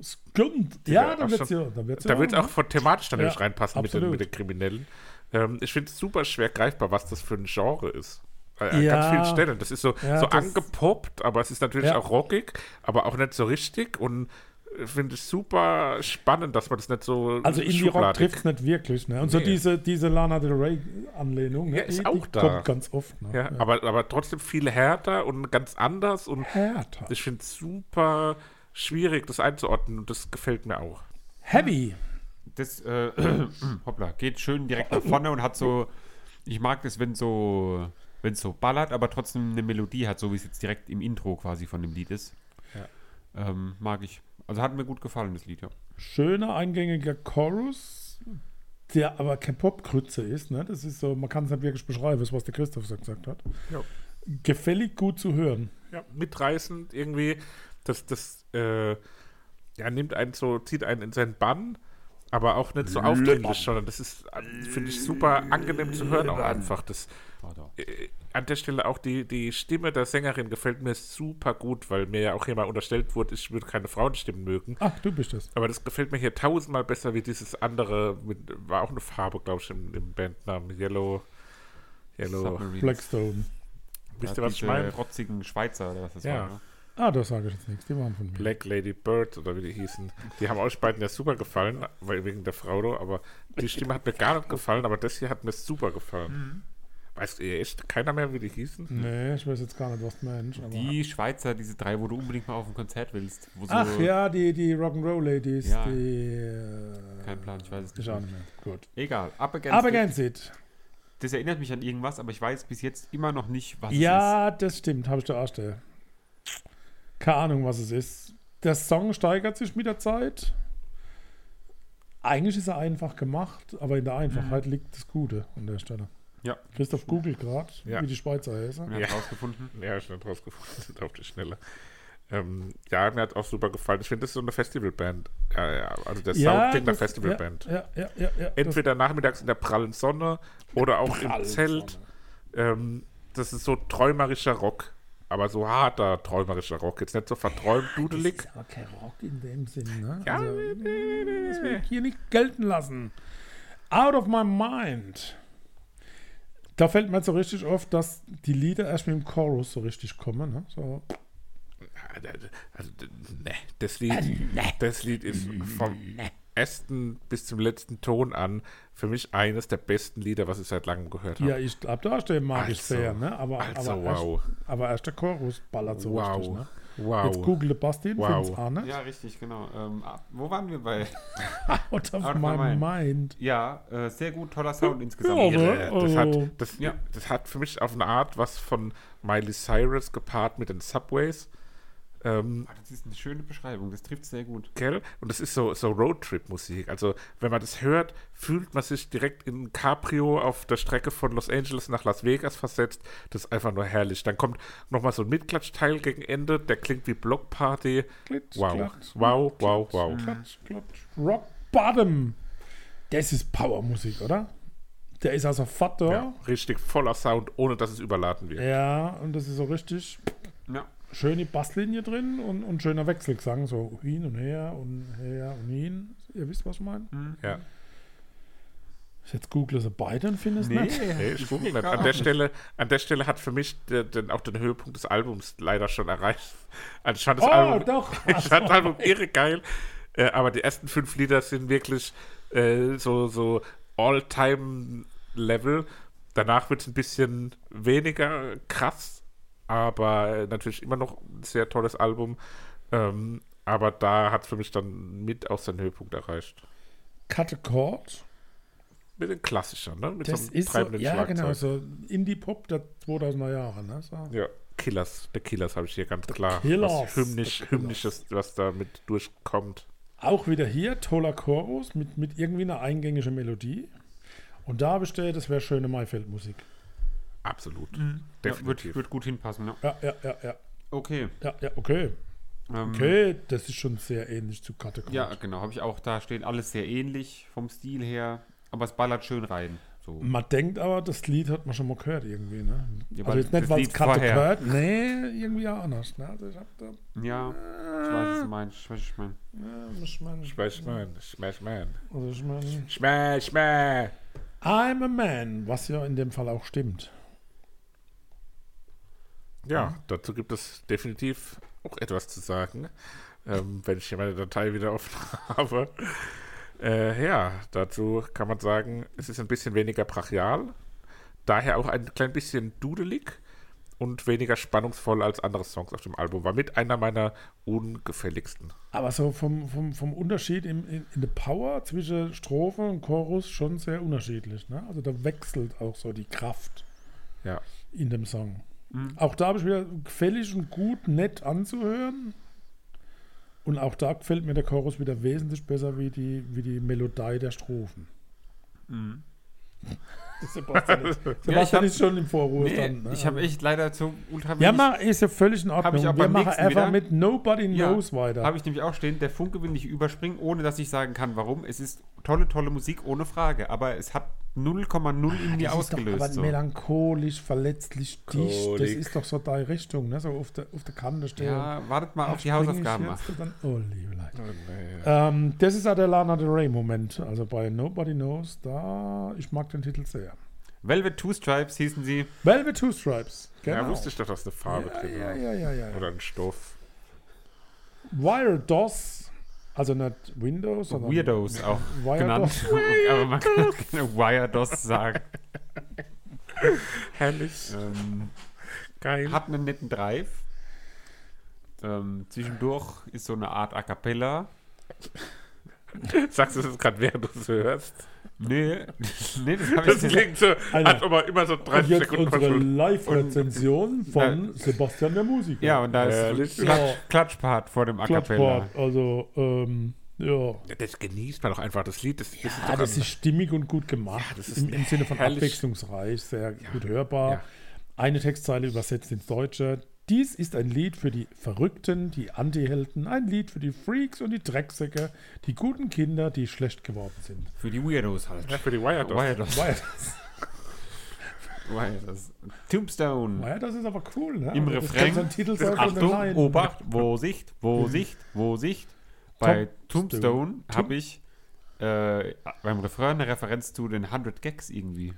Stimmt. Ja, da
auch
wird es
schon-
ja. Da wird's
Da wird es auch
ne?
von thematisch dann
Ja,
nämlich reinpassen mit den,
absolut.
mit den Kriminellen. Ähm, ich finde es super schwer greifbar, was das für ein Genre ist. Äh, An
Ja.
ganz vielen Stellen. Das ist so,
Ja,
so
das-
angepoppt, aber es ist natürlich
Ja.
auch rockig, aber auch nicht so richtig und äh, finde ich super spannend, dass man das nicht so
Also Indie-Rock
schubladig-
trifft es nicht wirklich. Ne? Und so
Nee.
diese, diese Lana Del Rey-Anlehnung, ne?
Ja, ist auch da.
kommt ganz oft. Ne?
Ja, aber, aber trotzdem viel härter und ganz anders und
Härter.
ich finde es super schwierig, das einzuordnen und das gefällt mir auch.
Heavy.
Das, äh, <clears throat> hoppla, geht schön direkt nach vorne und hat so. Ich mag das, wenn so. Wenn es so ballert, aber trotzdem eine Melodie hat, so wie es jetzt direkt im Intro quasi von dem Lied ist. Ähm, mag ich. Also hat mir gut gefallen, das Lied, ja.
Schöner eingängiger Chorus. der aber kein Popkrütze ist, ne? das ist so, man kann es nicht wirklich beschreiben, das ist, was der Christoph so gesagt hat.
Ja.
Gefällig gut zu hören.
Ja, mitreißend irgendwie. Das, das, äh, ja, nimmt einen so, zieht einen in seinen Bann, aber auch nicht so aufdringlich, sondern das ist, äh, finde ich, super angenehm zu hören auch einfach. Das, äh, an der Stelle auch die, die Stimme der Sängerin gefällt mir super gut, weil mir ja auch hier mal unterstellt wurde, ich würde keine Frauenstimmen mögen.
Ach, du bist das.
Aber das gefällt mir hier tausendmal besser wie dieses andere, mit, war auch eine Farbe, glaube ich, im, im Bandnamen. Yellow. Yellow.
Submarines.
Blackstone.
Wisst
Ja,
ihr, was ich
diese
meine?
Rotzigen Schweizer oder was das
Ja.
war. Ne?
Ah, da sage ich jetzt nichts, die waren von mir.
Black Lady Bird oder wie die hießen. Die haben euch beiden ja super gefallen, weil wegen der Fraudo, aber die Stimme hat mir gar nicht gefallen, aber das hier hat mir super gefallen.
Mhm.
Weißt ihr echt keiner mehr, wie die hießen?
Nee, ich weiß jetzt gar nicht, was du meinst. Aber
Die Schweizer, diese drei, wo du unbedingt mal auf ein Konzert willst. Wo so,
Ach ja, die, die Rock'n'Roll-Ladies,
Ja.
die... Äh,
Kein Plan, ich weiß es
Ich
nicht.
auch nicht mehr. Gut.
Egal. Up Against
Aber
It.
Against It.
Das erinnert mich an irgendwas, aber ich weiß bis jetzt immer noch nicht, was es
Ja, das stimmt, habe ich der Arschstelle. Keine Ahnung, was es ist. Der Song steigert sich mit der Zeit. Eigentlich ist er einfach gemacht, aber in der
Mhm.
Einfachheit liegt das Gute an der Stelle.
Ja.
Christoph googelt gerade,
Ja.
wie die Schweizer heißen.
ist. Wir haben
Ja.
rausgefunden.
Mhm.
Ja, ich nicht rausgefunden <laughs> auf die Schnelle. Ähm, ja, mir hat auch super gefallen. Ich finde, das ist so eine Festivalband. Ja, ja, also der Sound klingt nach
das-
Festivalband.
Ja, ja, ja. ja, ja das,
Entweder nachmittags in der prallen Sonne oder auch im Zelt. Ähm, das ist so träumerischer Rock. Aber so harter träumerischer Rock. Jetzt nicht so verträumt, dudelig.
ist aber kein Rock in dem Sinn, ne?
Ja,
also,
nee, nee, nee,
das will
nee.
ich hier nicht gelten lassen. Out of my mind. Da fällt mir so richtig oft, dass die Lieder erst mit dem Chorus so richtig kommen. Ne? So.
Also, also, ne, das
Äh,
Lied, das Lied ist vom ersten bis zum letzten Ton an für mich eines der besten Lieder, was ich seit langem gehört habe.
Ja, ich glaube, da stehen mag ich
Also,
sehr. Ne? Aber,
also,
aber,
wow.
erst, aber erst der Chorus ballert so
wow,
richtig. Ne? Jetzt
wow.
google Basti, wow.
Wow.
find's auch nicht.
Ja, richtig, genau. Ähm, ab- wo waren wir bei?
Out of
Out of
my
my
mind.
<laughs> Ja, äh, sehr gut, toller Sound insgesamt.
Ja, aber-
Irre. Äh, Das
Also-
hat, das,
Ja.
das hat für mich auf eine Art was von Miley Cyrus gepaart mit den Subways. Ähm,
Ah, Das ist eine schöne Beschreibung, das trifft sehr gut.
gell? Und das ist so, so Roadtrip-Musik. Also, wenn man das hört, fühlt man sich direkt in ein Cabrio auf der Strecke von Los Angeles nach Las Vegas versetzt. Das ist einfach nur herrlich. Dann kommt nochmal so ein Mitklatschteil gegen Ende, der klingt wie Blockparty.
Klitsch,
Wow.
klatsch,
Wow, wow, wow.
Klatsch, klatsch. Rock Bottom. Das ist Powermusik, oder? Der ist also fort
Ja,
da.
richtig voller Sound, ohne dass es überladen
Ja.
wird.
und das ist so richtig
Ja.
schöne Basslinie drin und, und schöner Wechselgesang. So hin und her und her und hin. Ihr wisst, was ich meine?
Ja.
Ich jetzt google sie beide und finde es nicht.
<laughs> Nee, ich google nicht. An der, Stelle, an der Stelle hat für mich der, den, auch den Höhepunkt des Albums leider schon erreicht. Also ich fand das
Oh,
Album,
doch.
<laughs> Ich fand das Album irre geil. Äh, aber die ersten fünf Lieder sind wirklich äh, so, so All-Time-Level. Danach wird es ein bisschen weniger krass, aber äh, natürlich immer noch ein sehr tolles Album. Ähm, aber da hat für mich dann mit auch seinen Höhepunkt erreicht.
Cut a Chord.
Mit den Klassischern, ne? Mit
Das
einem
ist so,
treibenden
ja
Schlagzeug.
genau, so Indie-Pop der 2000er Jahre. Ne? So.
Ja, Killers. Der Killers habe ich hier ganz klar.
Killers.
Was hymnisch,
The Killers.
Hymnisches, was da mit durchkommt.
Auch wieder hier, toller Chorus mit, mit irgendwie einer eingängigen Melodie. Und da besteht, das wäre schöne Maifeld-Musik.
Absolut.
Mhm.
Ja, wird,
Definitiv.
wird gut hinpassen, ja.
Ja, ja, ja, ja,
Okay.
ja, ja, okay.
Ähm,
Mhm.
Okay, das ist schon sehr ähnlich zu Kategorie.
Ja, genau, habe ich auch. Da stehen alles sehr ähnlich vom Stil her, aber es ballert schön rein. So.
Man denkt aber, das Lied hat man schon mal gehört irgendwie, ne?
Ja,
also
weil
jetzt nicht,
das
weil es
Lied
Karte
vorher.
gehört, nee, irgendwie auch anders. Ne? Also ich hab da,
Ja, ich weiß, was du meinst. Ich weiß, was ich
ja,
meine.
ich mein,
Smash Man, Smash Man.
also ich mein,
Smash Man.
I'm a man, was ja in dem Fall auch stimmt.
Ja, dazu gibt es definitiv auch etwas zu sagen, ähm, wenn ich hier meine Datei wieder offen <laughs> habe. Äh, ja, dazu kann man sagen, es ist ein bisschen weniger brachial, daher auch ein klein bisschen dudelig und weniger spannungsvoll als andere Songs auf dem Album. War mit einer meiner ungefälligsten.
Aber so vom, vom, vom Unterschied im, in, in der Power zwischen Strophe und Chorus schon sehr unterschiedlich. Ne? Also da wechselt auch so die Kraft
Ja.
in dem Song.
Mhm.
Auch da habe ich wieder gefällig und gut, nett anzuhören. Und auch da gefällt mir der Chorus wieder wesentlich besser wie die, wie die Melodie der Strophen. <laughs> Sebastian, ist, Sebastian
Mhm. hab-
ist schon im Vorruhr
Nee,
dann. Ne?
ich habe echt leider zu ultra
ja, ma, ist ja völlig in Ordnung.
ich auch
Wir
beim
machen
nächsten
einfach
wieder.
mit Nobody
Ja,
Knows weiter.
Habe ich nämlich auch stehen, der Funke will nicht überspringen, ohne dass ich sagen kann, warum. Es ist tolle, tolle Musik, ohne Frage. Aber es hat 0,0 in mir
Ah, Das ist doch
ausgelöst.
aber
so.
melancholisch, verletzlich, dicht. Das
Kolik.
ist doch so deine Richtung, ne? so auf der, auf der Kante stehen.
Ja, wartet mal auf die
Spring ich
Hausaufgaben. ab.
jetzt und Dann, oh, liebe Leute. Ähm, das ist auch der Lana Del Rey Moment. Also bei Nobody Knows, da, ich mag den Titel sehr.
Velvet Two Stripes hießen sie.
Velvet Two Stripes. Genau.
Ja, wusste ich doch, dass eine Farbe drin
ja,
war.
ja, ja, ja.
Oder ein Stoff.
Wired DOS, also nicht Windows, sondern
Weirdos auch
Genau,
Wire
<laughs> genannt. aber man kann auch keine Wiredos sagen.
Herrlich.
ähm,
Geil.
hat einen netten Drive. Ähm, zwischendurch ist so eine Art A Cappella.
Sagst du das gerade, während du es hörst?
Nee, <laughs> nee das habe
<laughs>
ich
Das
nicht.
klingt so,
Alter.
hat aber immer so
<laughs> Und
30
jetzt
Sekunden äh,
unsere
Verzögerung.
Live-Rezension von Sebastian der Musiker.
Ja, und da ist
Ehrlich?
Klatsch, Klatschpart vor dem A Cappella.
Plattform. Also, ähm, ja.
Das genießt man doch einfach. Das Lied, das, das ist
Ah,
doch
das
ein-
ist stimmig und gut gemacht.
das ist
Im, Im Sinne von
herrlich.
abwechslungsreich, sehr gut hörbar.
ja.
Eine Textzeile übersetzt ins Deutsche. Dies ist ein Lied für die Verrückten, die Antihelden, ein Lied für die Freaks und die Drecksäcke, die guten Kinder, die schlecht geworden sind.
Für die Weirdos halt.
ja, für die Wired Dogs.
Wiredos.
War ja das,
Wiredos. Tombstone.
war ja das ist aber cool, ne?
Im
Also das
Refrain.
kann so ein Titel sein von Mhm. den
Achtung,
Lion.
Obacht, wo Sicht, wo Sicht, wo Sicht. Bei Tombstone habe ich äh, beim Refrain eine Referenz zu den 100 Gags irgendwie.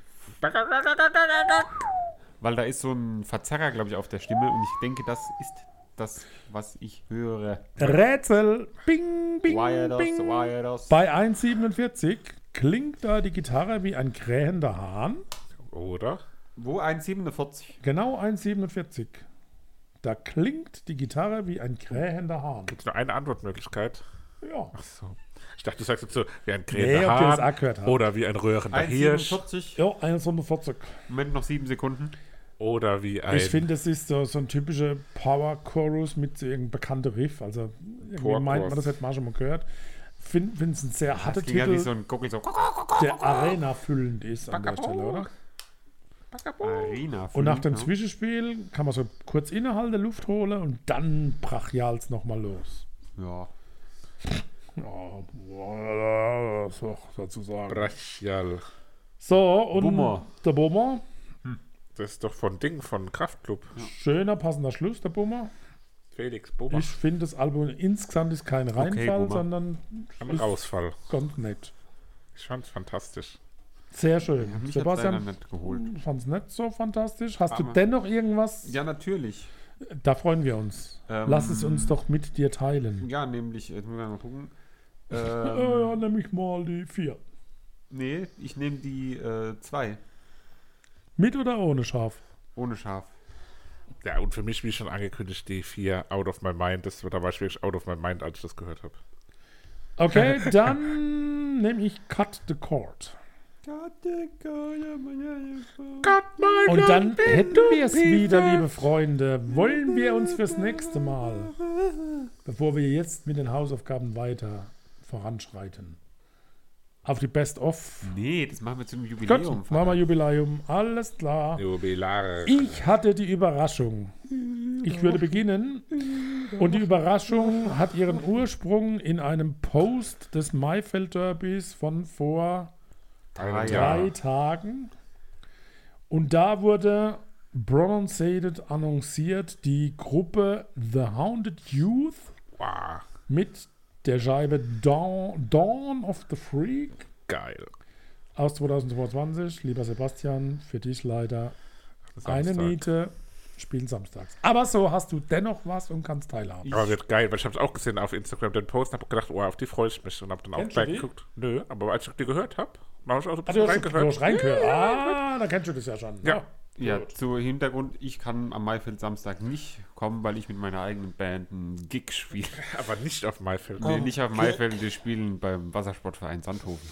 Weil da ist so ein Verzerrer, glaube ich, auf der Stimme und ich denke, das ist das, was ich höre.
Rätsel. Bing, bing,
Wiredos,
bing.
Wiredos.
Bei 1,47 klingt da die Gitarre wie ein krähender Hahn.
Oder?
Wo 1,47?
Genau 1,47. Da klingt die Gitarre wie ein krähender Hahn.
Gibt es nur eine Antwortmöglichkeit?
Ja.
Ich dachte, du sagst jetzt so, wie ein
Nee, ob die
krähender Hahn
das auch gehört haben.
oder wie ein röhrender Hirsch
1,47?
Ja, 1,40.
Moment, noch 7 Sekunden.
oder wie ein
Ich finde, das ist so, so ein typischer Power-Chorus mit so irgendeinem bekannten Riff. Also, irgendwie
Power-Chorus.
meint man, das hätte man schon mal gehört. Finde es ein sehr harter
Das klingt ja
Titel,
wie so ein Gockel, so
der arena-füllend ist an der Stelle, oder?
Arena.
Und nach dem
Ja.
Zwischenspiel kann man so kurz innehalten, Luft holen und dann brachial's nochmal los.
Ja.
Ja, boah, das ist doch dazu sagen.
Brachial.
So, und
Boomer.
der Boomer.
Das ist doch von Ding, von Kraftclub.
Schöner, passender Schluss, der Boomer.
Felix Boma.
Ich finde, das Album insgesamt ist kein Reinfall,
Boomer.
sondern
Ein Ausfall.
ganz nett.
Ich fand's fantastisch.
Sehr schön.
Mich Sebastian
Sebastian
nicht geholt.
fand es nicht so fantastisch. Hast du
Hammer.
dennoch irgendwas?
Ja, natürlich.
Da freuen wir uns.
Ähm,
Lass es uns doch mit dir teilen.
Ja, nämlich, jetzt müssen wir
<laughs>
mal gucken.
Ja,
Ähm,
ja, nehme ich mal die vier.
nee, ich nehme die äh, 2.
Mit oder ohne Schaf?
ohne Schaf.
Ja, und für mich, wie schon angekündigt, die vier Out of My Mind. Das, da war ich wirklich out of my mind, als ich das gehört habe.
<laughs>
Okay, dann nehme ich Cut the Cord. Und dann hätten wir es wieder, liebe Freunde. Wollen wir uns fürs nächste Mal, bevor wir jetzt mit den Hausaufgaben weiter voranschreiten, auf die Best of.
Nee, das machen wir zum
Gut,
Jubiläum.
machen wir Jubiläum. Alles klar.
Jubilare.
Ich hatte die Überraschung. Ich würde beginnen. Und die Überraschung hat ihren Ursprung in einem Post des Maifeld Derbys von vor
Drei
drei
Jahre.
Tagen. Und da wurde pronunciated annonciert die Gruppe The Hounded Youth
Wow,
mit der Scheibe Dawn, Dawn of the Freak
geil.
aus 2022. Lieber Sebastian, für dich leider eine
Samstag.
Niete. Spielen samstags. Aber so hast du dennoch was und kannst teilhaben.
Aber wird geil, weil ich hab's auch gesehen auf Instagram, den Post, und hab gedacht, oh, auf die freue ich mich und hab dann auch
Kennst
gleich
du die?
geguckt. Nö, aber als ich die gehört hab, hab ich auch so ein
Ah, du
bisschen
hast reingehört. Du hast
reingehört.
reingehört. Ah, da kennst du das ja schon.
Ja.
Ja, zu Hintergrund, ich kann am Maifeld Samstag nicht kommen, weil ich mit meiner eigenen Band einen Gig spiele.
Aber nicht auf Maifeld.
Ähm,
Nee, nicht auf Maifeld, wir spielen beim Wassersportverein Sandhofen.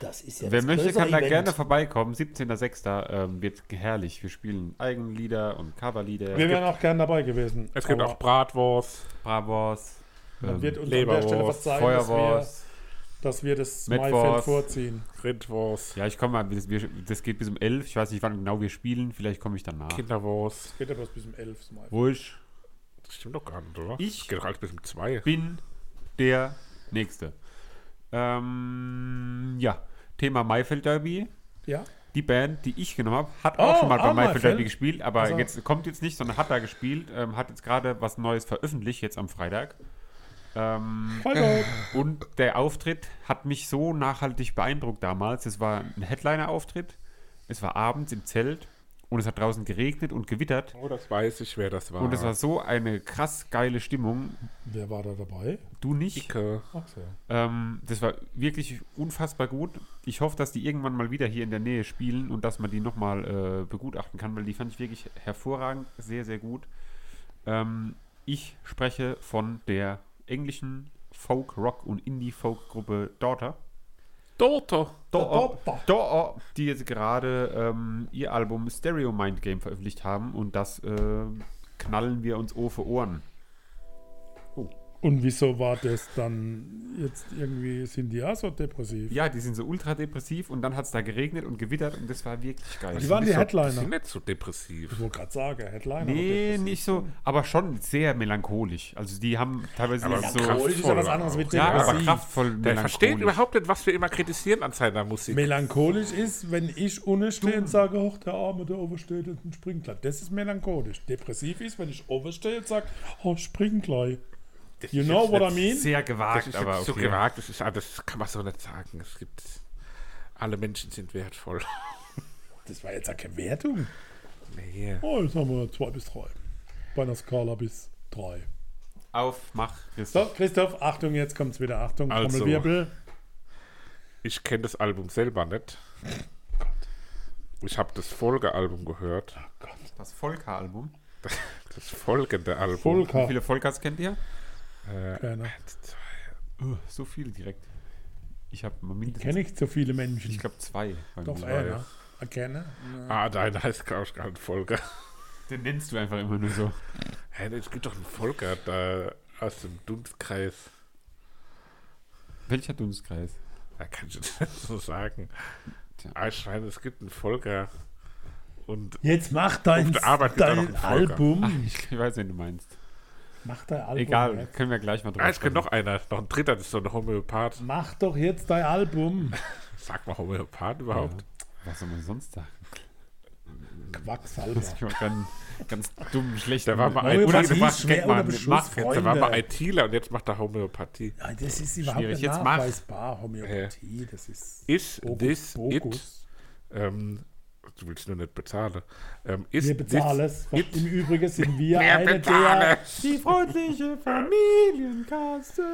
Das ist ja
Wer
das
möchte,
größere
kann da
Event.
gerne vorbeikommen. 17.06. Ähm, wird herrlich. Wir spielen Eigenlieder und Coverlieder.
Wir wären auch gern dabei gewesen.
Es gibt
aber
auch Bratwurst.
Bravos. ähm,
Man wird uns an der
Leberwurst,
Stelle verzeihen, dass wir
Feuerwurst.
dass wir das
Matt
Maifeld
Voss.
vorziehen.
Rindwurst,
Ja, ich komme mal, das, wir, das geht bis um 11. Ich weiß nicht, wann genau wir spielen. Vielleicht komme ich danach.
Kinderwurst.
Geht aber erst bis um 11. das Maifeld.
Wo ich
Das stimmt doch gar nicht, oder?
Ich-
Das geht doch alles bis um zwei.
bin der Nächste. Ähm, ja, Thema Maifeld Derby.
Ja,
Die Band, die ich genommen habe, hat auch
Oh,
schon mal
ah,
beim Maifeld
Maifeld.
Derby gespielt, aber
Also-
jetzt kommt jetzt nicht, sondern hat da gespielt, ähm, hat jetzt gerade was Neues veröffentlicht, jetzt am Freitag. Ähm,
heute.
und der Auftritt hat mich so nachhaltig beeindruckt damals. Es war ein Headliner-Auftritt, es war abends im Zelt und es hat draußen geregnet und gewittert.
Oh, das weiß ich, wer das war.
Und es war so eine krass geile Stimmung.
Wer war da dabei?
Du nicht?
Icke.
Ach so.
Ähm, das war wirklich unfassbar gut. Ich hoffe, dass die irgendwann mal wieder hier in der Nähe spielen und dass man die nochmal äh, begutachten kann, weil die fand ich wirklich hervorragend, sehr, sehr gut. Ähm, ich spreche von der englischen Folk, Rock und Indie-Folk-Gruppe Daughter.
Doto.
Daughter,
Daughter.
Daughter, die jetzt gerade ähm, ihr Album Stereo Mind Game veröffentlicht haben und das äh, knallen wir uns Ohr für Ohren.
Und wieso war das dann jetzt irgendwie, sind die ja so depressiv?
Ja, die sind so ultra depressiv und dann hat es da geregnet und gewittert und das war wirklich geil.
Die waren die
Die sind
Headliner.
nicht so depressiv.
Ich wollte gerade sagen, Headliner.
Nee,
aber
nicht so, aber schon sehr melancholisch. Also die haben teilweise
Aber
so
kraftvoll
ist ja was anderes
auch.
mit
ja, aber
Depressiv.
kraftvoll
Der versteht
melancholisch.
überhaupt nicht, was wir immer kritisieren an seiner Musik.
Melancholisch ist, wenn ich ohne stehe und sage, hoch der Arme, der oben steht und ein Springgleich. Das ist melancholisch. Depressiv ist, wenn ich oben stehe und sage, oh, Springgleich. You know what I mean?
sehr
das
gewagt,
ist
aber
jetzt so
okay.
gewagt, das, ist, ah, das kann man so nicht sagen. Es gibt. Alle Menschen sind wertvoll. <laughs>
Das war jetzt ja keine Wertung.
Nee.
Oh, jetzt haben wir zwei bis drei. Bei einer Skala bis drei.
Auf, mach, Christoph.
So, Christoph, Achtung, jetzt kommt's wieder. Achtung,
Also.
Trommelwirbel.
Ich kenne das Album selber nicht. Ich habe das Folgealbum gehört. <laughs>
Das Volker-Album.
Das folgende Album.
Wie
Volker.
viele Volkers kennt ihr?
äh,
Keiner.
eins, zwei.
Uh, so viele direkt. Ich habe mal mindestens,
Kenne ich so viele Menschen.
ich glaube, zwei. bei
Doch
mir.
einer. Erkenne.
ah, nein, heißt gar gar nicht Folger.
Den nennst du einfach immer
<laughs>
nur so.
Hä, es gibt doch einen Folger da aus dem Dunstkreis.
Welcher Dunstkreis?
Da kann ich das <laughs> nicht so sagen.
Tja.
Ah, ich meine, es gibt einen Folger. Und
Jetzt mach dein,
Auf der Arbeit gibt's auch noch
dein
einen Volker.
Ah,
Album.
ich weiß, wen du meinst.
Mach dein Album.
Egal,
jetzt.
können wir gleich mal drüber
ah, ich kenne noch
sprechen.
einer, noch ein dritter, das ist so ein Homöopath.
Mach doch jetzt dein Album.
Sagt man Homöopath überhaupt?
Was soll man sonst sagen?
Quacksalber.
Ich war ganz, ganz dumm, schlecht.
Da war mal ein
Homöopathie
Unangebracht
ist schwer
kennt man
unter
nicht.
Beschuss,
Macht jetzt, da war mal
Freunde.
ITler und jetzt macht er Homöopathie.
Nein, das ist überhaupt
Schwierig.
nicht
Jetzt mach.
nachweisbar. Homöopathie, das ist
Is this it?
Bogus.
Ähm, du willst nur nicht bezahlen. Ähm, ist
Wir bezahlen
this
es.
it?
Im Übrigen sind
Wir
wir, eine
bezahlen
der...
es.
Die freundliche Familienkasse.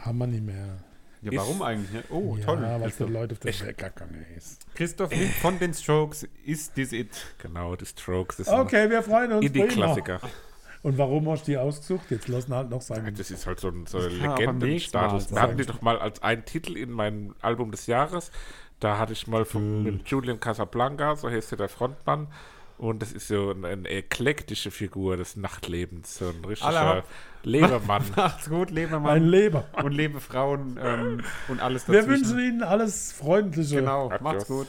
Haben wir nicht mehr.
Ja, warum eigentlich nicht? Oh,
ja,
toll.
weil
Also,
die Leute auf den Weg gegangen ist.
Christoph Link von den Strokes ist this it. <laughs>
Genau, die Strokes. Das
Okay, wir freuen uns.
sind Indie-Klassiker.
prima. Und warum hast du die ausgesucht? Jetzt lassen halt noch sein.
Das ist halt so ein, so ein
kann aber beim nächsten Mal
Legendenstatus. Wir
sein.
hatten die doch mal als einen Titel in meinem Album des Jahres. Da hatte ich mal von mit Julian Casablanca, so heißt ja der Frontmann. Und das ist so ein- eine eklektische Figur des Nachtlebens. So ein richtiger
Alle-
Lebermann.
<laughs> Macht's gut, lebe
Ein
Mann
Leber.
und lebe Frauen ähm, und alles
Wir
dazwischen.
wünschen Ihnen alles Freundliche.
Genau,
Adios.
macht's gut.